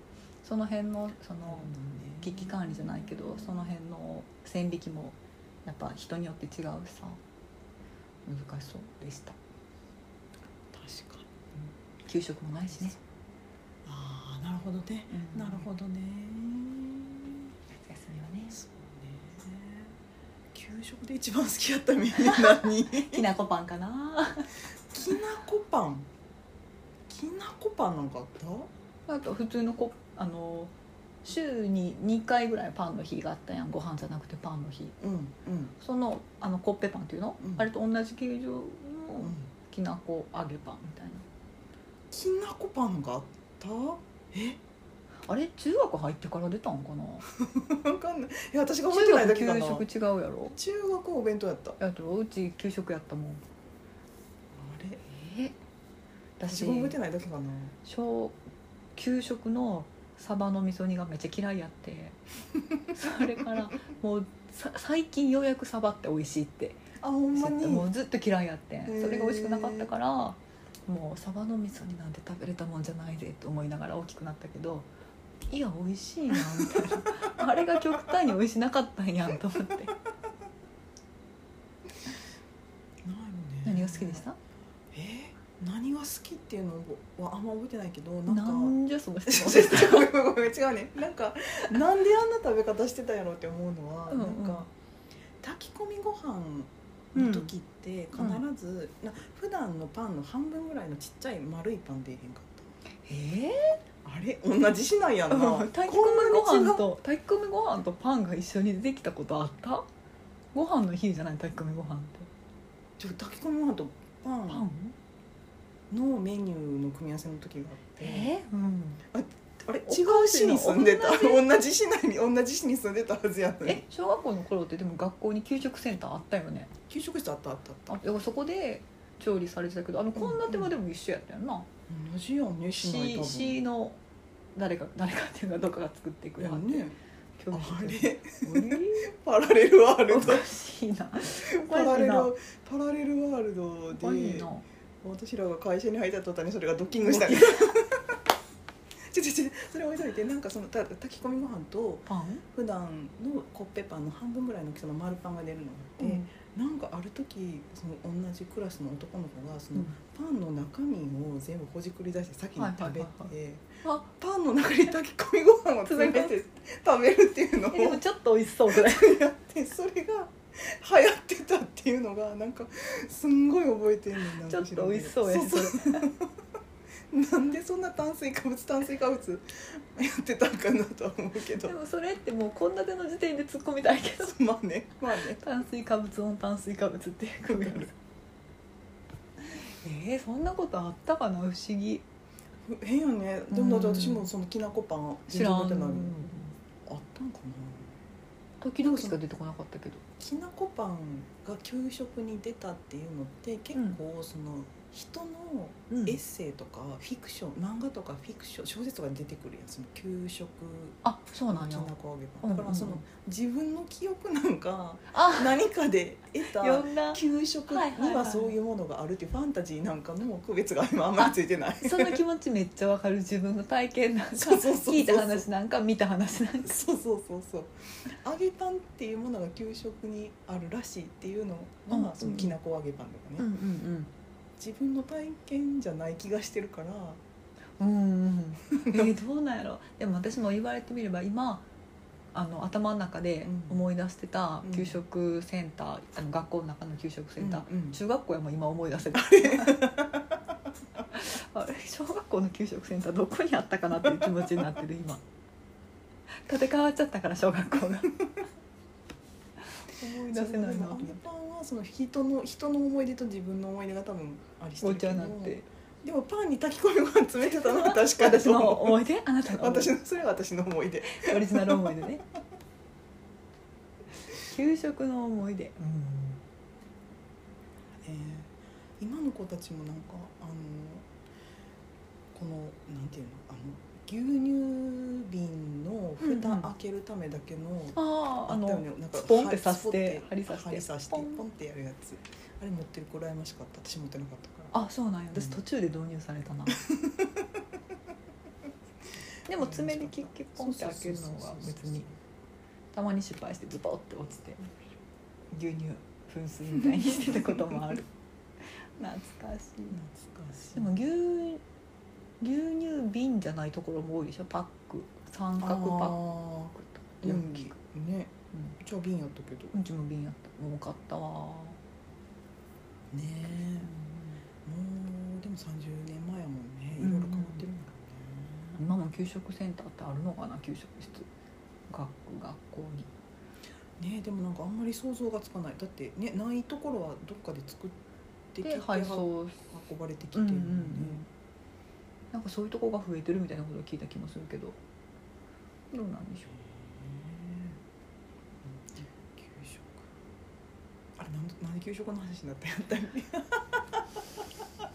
B: その辺のその危機管理じゃないけどその辺の線引きもやっぱ人によって違うしさ難しそうでした
A: 確かに
B: 給食もないしね
A: ああなるほどね、なるほどね
B: 夏休みはね
A: そうね給食で一番好きやったメニュー 何
B: きなこパンかな
A: きなこパンきなこパンなんかあった
B: あと普通のこあの週に2回ぐらいパンの日があったやんご飯じゃなくてパンの日
A: うんうん
B: そのあのコッペパンっていうの、
A: うん
B: あれと同じ形状の
A: うん
B: きなこ揚げパンみたいな
A: きなこパンがあったえ
B: あれ中学入ってから出たんかな
A: わかんないいや私が覚え
B: 中
A: てないだ
B: 学
A: けかな
B: 給食違うやろ
A: 中学はお弁当やったあ
B: やっとうち給食やったもん
A: れ
B: え私
A: 私が覚えてないだけかな
B: 小給食のサバの味噌煮がめっちゃ嫌いやって それからもうさ最近ようやくサバって美味しいって
A: あほんまに
B: もうずっと嫌いやってん
A: ー
B: それが美味しくなかったからもうサバの味噌煮なんて食べれたもんじゃないぜと思いながら大きくなったけどいや美味しいなみたいな あれが極端に美味しなかったんやんと思って
A: ないよね
B: 何が好きでした
A: え何が好きっていうのはあんま覚えてないけどなんか
B: なんじゃその質問
A: ごめんごめんごめん違うねなんかなんであんな食べ方してたんやろうって思うのは、
B: うんうん
A: なんか炊き込みご飯の時って必ず、な普段のパンの半分ぐらいのちっちゃい丸いパンで入れへんかった
B: え
A: あれ同じしないやんな
B: ー、炊き込みご
A: こんなに違
B: 飯
A: う
B: と炊き込みご飯とパンが一緒にできたことあったご飯の日じゃない炊き込みご飯って
A: ちょ炊き込みご飯とパ
B: パン
A: ン、のメニューの組み合わせの時があって、
B: ー、うん
A: あれ
B: おかし
A: 違
B: いな
A: う市に住んでた同じ市内に同じ市に住んでたはずやのに
B: え小学校の頃ってでも学校に給食センターあったよね
A: 給食室あったあったあった
B: あだからそこで調理されてたけどあの献立はでも一緒やったよな、
A: 同じやんね市内多
B: C,
A: 分
B: C の誰か 誰かっていうかどっかが作ってくれ
A: や
B: はって、
A: ね
B: 興味
A: あ
B: 深い
A: れ
B: え
A: パラレルワー
B: ーお
A: ルド
B: かしいな
A: パラレル
B: お
A: パラレルワールド
B: かしい
A: で
B: な
A: 私らが会社に入った途端にそれがドッキングしたねちょちょちょそれ置いといてなんかそのた炊き込みご飯と
B: パン、
A: 普段のコッペパンの半分ぐらいの大きさの丸パンが出るのがあって、なんかある時その同じクラスの男の子がそのパンの中身を全部ほじくり出して先に食べて、
B: はいはいあ
A: パンの中に炊き込みご飯を詰めて食べるっていうの
B: えで
A: を
B: もちょっと美味しそうそれ
A: やってそれが流行ってたっていうのがなんかすんごい覚えてんねんなん
B: ちょ
A: か
B: っ
A: 知ら
B: と
A: ん
B: 美
A: け
B: 味
A: ど
B: しそうやしそれ
A: なんでそんな炭水化物炭水化物 やってたんかなとは思うけど
B: でもそれってもう献立の時点で突っ込みたいけど
A: まあねまあね
B: 炭水化物の炭水化物っていう 組み合わせえー、そんなことあったかな不思議
A: 変やねでもだって私もそのきなこパン全然食べてないもん
B: うん
A: あったんかな
B: 時々しか出てこなかったけど
A: きなこパンが給食に出たっていうのって結構その人の
B: うん
A: エッセイとかフィクション、漫画とかフィクション小説とかに出てくるやつの給食
B: あそうな
A: き
B: ん
A: な
B: や
A: こ揚げパ
B: うん
A: ン
B: う
A: だ
B: ん
A: からその自分の記憶なんか
B: あ
A: 何かで得た
B: 呼んだ
A: 給食にはそういうものがあるっていうファンタジーなんかの区別が今あんまりついてない
B: その気持ちめっちゃわかる自分の体験なんか
A: そうそうそうそう
B: 聞いた話なんか見た話なん か
A: そうそうそうそう揚げパンっていうものが給食にあるらしいっていうのが、
B: うん
A: そのきなこ揚げパンとかね、
B: ん
A: 自分の体験じゃない気がしてるから
B: うんうんうん えーどうなんやろでも私も言われてみれば今あの頭の中で思い出してた
A: うん
B: 給食センター、あの学校の中の給食センター、
A: うんうん
B: 中学校やもん今思い出せた あれ小学校の給食センターどこにあったかなっていう気持ちになってる今建て替わっちゃったから小学校が 思い出せない
A: そうで
B: な
A: も揚げパンはその人の人の思い出と自分の思い出が多分ありして
B: お
A: るけ
B: 茶
A: ど
B: なって
A: でもパンに炊き込みご飯詰めて たのは確かだ
B: 私
A: と
B: の
A: 思う
B: 思い出あなたの思い出
A: 私のそれは私の思い出
B: オリジナル思い出ね給食の思い出
A: えー今の子たちもなんかあのこのなんていうのあの牛乳瓶の
B: うんう
A: 蓋
B: ん
A: 開けるためだけの、
B: あああ
A: っ
B: の
A: たよねなんか
B: スポンって
A: はい
B: 刺して
A: スポンて
B: 針刺して
A: 針刺して
B: ポ
A: ポ
B: ン
A: ンってやるやつあれ持ってる子羨ましかった私持ってなかったから
B: あそうなんや私
A: うん
B: 途中で導入された なでも爪でキッキッポンって開けるのは別にたまに失敗してズボって落ちて牛乳噴水みたいにしてたこともある 懐かしいな
A: 懐かしい
B: でも牛牛乳瓶じゃないところも多いでしょパック三角パック
A: あ
B: と
A: ー
B: よ
A: う
B: く
A: ん
B: 聞く、
A: ね
B: うん
A: うちは瓶やったけど
B: うちも瓶やった重かったわ
A: ねえもうでも30年前やもんねいろいろ変わってるんだろうね
B: 今も給食センターってあるのかな給食室学学校に
A: ねえでもなんかあんまり想像がつかないだってねないところはどっかで作ってきて
B: で配送
A: 運ばれてきて
B: うん
A: る
B: うんう
A: もんね
B: んなんかそういうとこが増えてるみたいなことを聞いた気もするけどどうなんでしょ
A: 給食あれなんでなんで給食の話になったんやったっけ
B: う、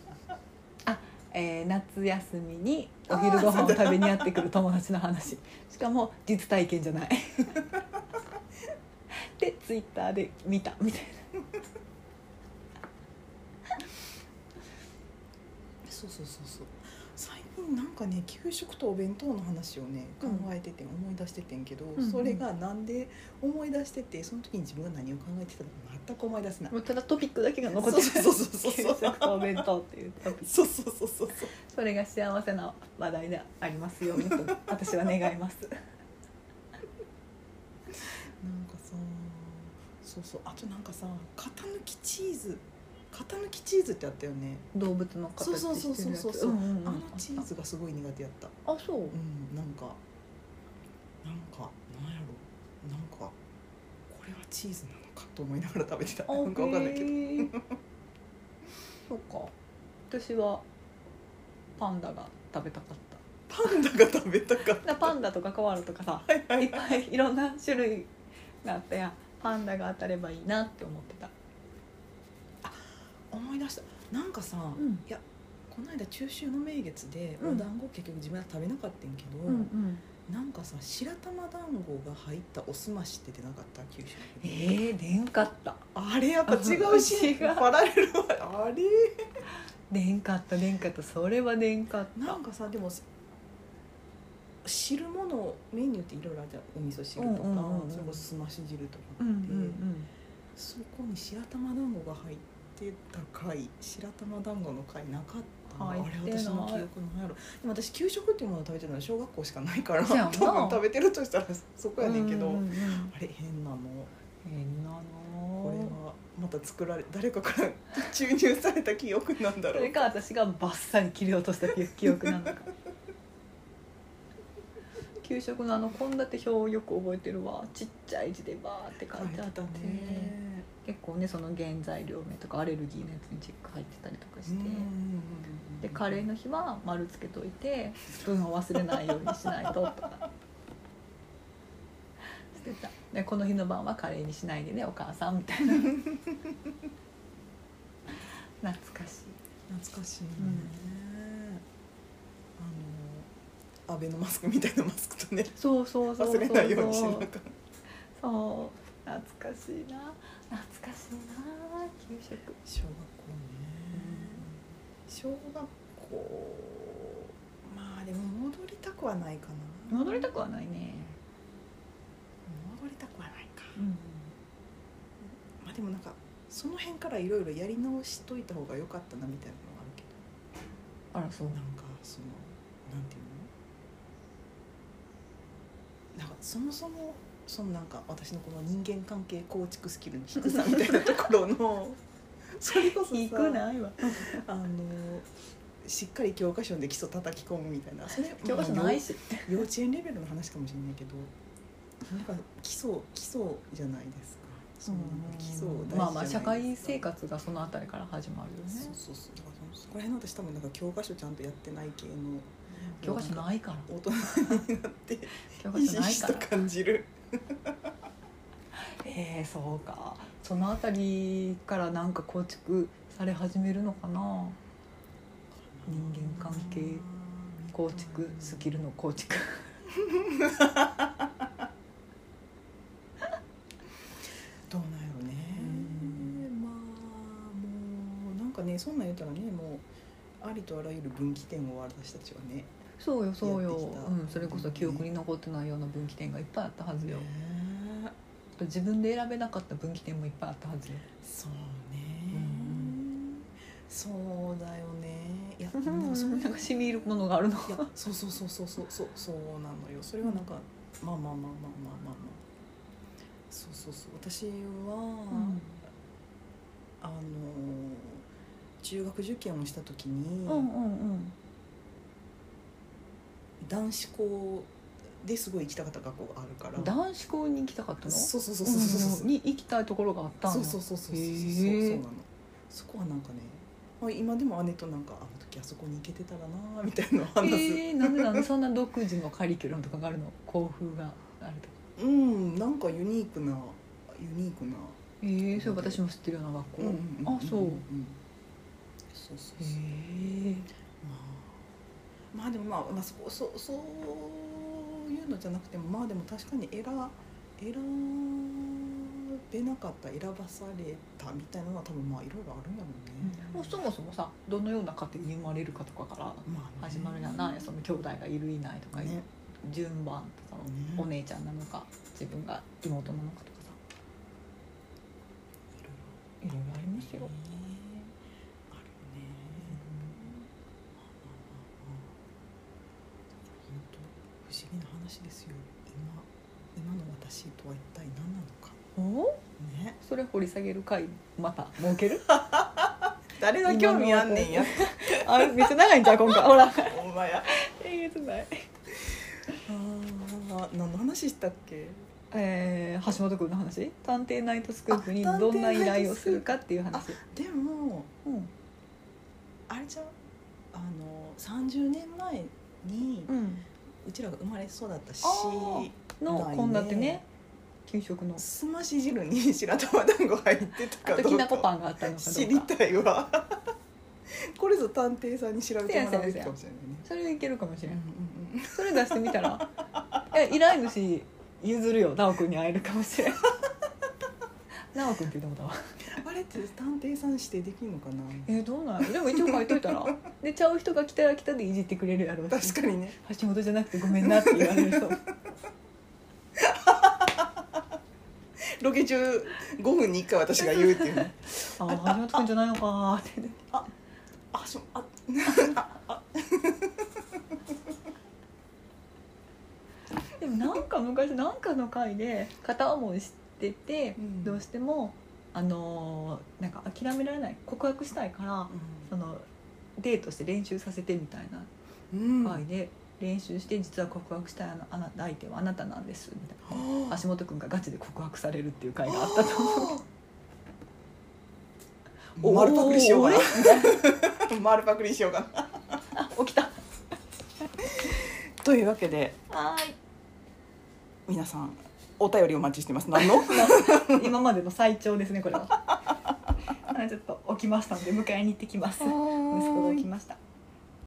B: えー夏休みにお昼ご飯を食べにやってくる友達の 話しかも実体験じゃない でツイッターで見たみたいな
A: そうそうそうそう最近なんかね給食とお弁当の話をね
B: う
A: 考
B: ん
A: えてて思い出しててんけど、
B: んうん
A: それがなんで思い出しててその時に自分が何を考えてたのか全く思い出せない、
B: もうただトピックだけが残ってる
A: そうそうそうそうそう
B: 給食とお弁当っていうトピック
A: そうそうそうそうそう
B: それが幸せな話題でありますようにと私は願います
A: なんかさそうそうあとなんかさ型抜きチーズ型抜きチーズってあったよね、
B: 動物の形
A: そうそうそ
B: して
A: う
B: るや
A: そう
B: つ
A: そう
B: うんうんうん
A: あのチーズがすごい苦手やった
B: あそう
A: うんなんかなんかなんやろなんかこれはチーズなのかと思いながら食べてた
B: あ
A: なんかわかんないけど
B: へー そうか私はパンダが食べたかった
A: パンダが食べたかっ
B: だ
A: た
B: パンダとかコアラとかさ
A: はいはいい
B: っぱ いいろんな種類があったやんパンダが当たればいいなって思ってた、
A: 思い出したなんかさ、
B: ん
A: この間中秋の名月で
B: うん
A: お団子結局自分は食べなかったんけど、
B: うんうん、
A: なんかさ白玉団子が入ったおすましって出なかった給食
B: えー、出んかった
A: あれやっぱ 違うし
B: 違う
A: パラレルはあれ
B: 出んかった出んかったそれは出んかった
A: なんかさでも汁物メニューっていろいろあるじゃんお味噌汁とか、
B: うんうんうんうん
A: それこそすまし汁とか
B: う
A: も
B: ん
A: あ
B: うんう
A: って、
B: ん
A: そこに白玉団子が入ってた回白玉団子の回なかったのあ
B: 入
A: れ
B: ってない
A: 私の記憶のやろでも私給食っていうものを食べてるのは小学校しかないから多
B: そうやんな
A: 分食べてるとしたらそこやねんけど、
B: うんうんうん
A: あれ変なの
B: 変なの
A: これはまた作られ誰かから注入された記憶なんだ
B: そ
A: ろ
B: れ
A: う
B: か私がバッサリ切り落とした記憶なのか給食のあの献立表をよく覚えてるわちっちゃい字でバーって書いてあって、結構ねその原材料名とかアレルギーのやつにチェック入ってたりとかして、でカレーの日は丸つけといてスプーンを忘れないようにしないととかしてたでこの日の晩はカレーにしないでねお母さんみたいな懐かしい
A: 懐かしいね、あのアベノマスクみたいなマスクとね
B: そうそうそうそ
A: 忘
B: う
A: れ
B: そ
A: ないようにしなあ
B: う
A: かん
B: そう懐かしいな懐かしいな給食
A: 小学校ね小学校まあでも戻りたくはないかな
B: 戻りたくはないね
A: 戻りたくはないか
B: うん
A: まあでもなんかその辺からいろいろやり直しといた方が良かったなみたいなのはあるけど
B: あらそう
A: なんかそのなんていうのなんかそもそもそのなんか私のこの人間関係構築スキルの低さみたいなところ のそれこそ
B: 行くないわ
A: あのしっかり教科書で基礎叩き込むみたいなそれ
B: 教科書ないし
A: 幼稚園レベルの話かもしれないけどなんか基礎基礎じゃないですかそのなんか基礎大事じゃないですか
B: まあまあ社会生活がそのあたりから始まるよ
A: そう
B: ね
A: そうそうだからそこら辺の私多分なんか教科書ちゃんとやってない系の
B: 教科書
A: い
B: ないから
A: 大人になって
B: 教科
A: ひ
B: 書
A: し
B: な
A: ひ
B: い
A: し
B: か
A: と
B: ら
A: 感じる
B: えー、そうかそのあたりからなんか構築され始めるのかな人間関係構築スキルの構築
A: どうなんやろねまあもうなんかねそんなん言ったらねもうありとあらゆる分岐点を私たちはね
B: そうよそうよ、
A: やってきた
B: うん、それこそ記憶に残ってないような分岐点がいっぱいあったはずよ
A: ね、
B: 自分で選べなかった分岐点もいっぱいあったはずよ
A: そうね、
B: う
A: そうだよねいやで
B: な
A: もそ
B: ん
A: れ
B: かしみるものがあるの
A: いやそうそうそうそうそうそうそうなのよそれはなんかまあまあまあまあまあまあまあそうそうそう私は、あの中学受験をした時に、
B: うん
A: 男子校ですごい行きたかった学校があるから
B: 男子校に行きたかったの
A: そうそうそうそうそうそう
B: うんに行きたいところがあったの
A: そうそうそうそうそうそうそう
B: へ
A: そう
B: ー
A: なのそこはなんかねまあ今でも姉となんかあの時あそこに行けてたらなみたいなのを話す、
B: えー、なんでなんでそんな独自のカリキュラムとかがあるの校風があると
A: う
B: か
A: んなんかユニークなユニークな
B: えー、それ私も知ってるような学校、あそう
A: うんそうそう
B: へ
A: そう
B: え
A: まあ、まあでもまあ、まあ、そこそそういうのじゃなくてもまあでも確かに選選べなかった選ばされたみたいなのは多分まあいろいろあるんだろうね。
B: もうそもそもさどのような家庭に生まれるかとかから
A: まあね
B: 始まるじゃないその兄弟がいるいないとかいう、
A: ね
B: 順番とか
A: ね
B: お姉ちゃんなのか自分が妹なのかとかさ
A: いろいろ
B: いろいろあります
A: ねあ
B: よ。
A: るよね。本当不思議な話ですよ。今今の私とは一体何なのか。
B: お
A: ね。
B: それ掘り下げる回また設ける
A: 誰
B: が興味あんねんや。
A: 今
B: あれめっちゃ長いんじゃう今回ほら
A: のお前や。
B: えげつない
A: ああ、何の話したっけ。
B: えー、橋本君の話探偵ナイトスクープに
A: あ探偵
B: どんな依頼をするかっていう
A: ナイト
B: 話
A: でも、
B: うん
A: あれじゃん。あの、三十年前に、
B: うん
A: うちらが生まれ育ったし。
B: あの
A: ない
B: 献
A: ね
B: 立ね給食の
A: すまし汁に白玉団子入ってたか
B: あと
A: ど
B: き
A: う
B: なこ
A: か。
B: パンがあったのか
A: 知
B: ど
A: り
B: うか
A: たいわ。これぞ探偵さんに調べてもらうべきかもしれないね。
B: それいけるかもし
A: う
B: れ
A: ん
B: ない
A: うんうん
B: それ出してみた らいや依頼主 譲るよ奈く君に会えるかもしれん奈く君って言ったことは
A: あれれって探偵さんしてできるのかな
B: えどうなんやろでも一応書いといたらでちゃう人が来たら来たでいじってくれるやろうし
A: 確かにね
B: 橋本じゃなくてごめんなって言われると
A: ロケ中5分に1回私が言うっていうね
B: ああ橋本君じゃないのかーってね
A: あそうあああ
B: でもなんか昔なんかの回で片思いしてて、
A: うん
B: どうしてもあのーなんか諦められない告白したいからそのデートして練習させてみたいな
A: うん、
B: 回で練習して実は告白したいあなあなた相手はあなたなんですみたい
A: は
B: な橋本君がガチで告白されるっていう回があったと思う
A: お丸パクリしようかな
B: おーみたいな
A: 丸パクリしようかな
B: あ起きた
A: というわけで
B: は
A: 皆さんお便りお待ちしてます何の
B: ーい今までの最長ですねこれはあちょっと起きましたので迎えに行ってきます息子が起きました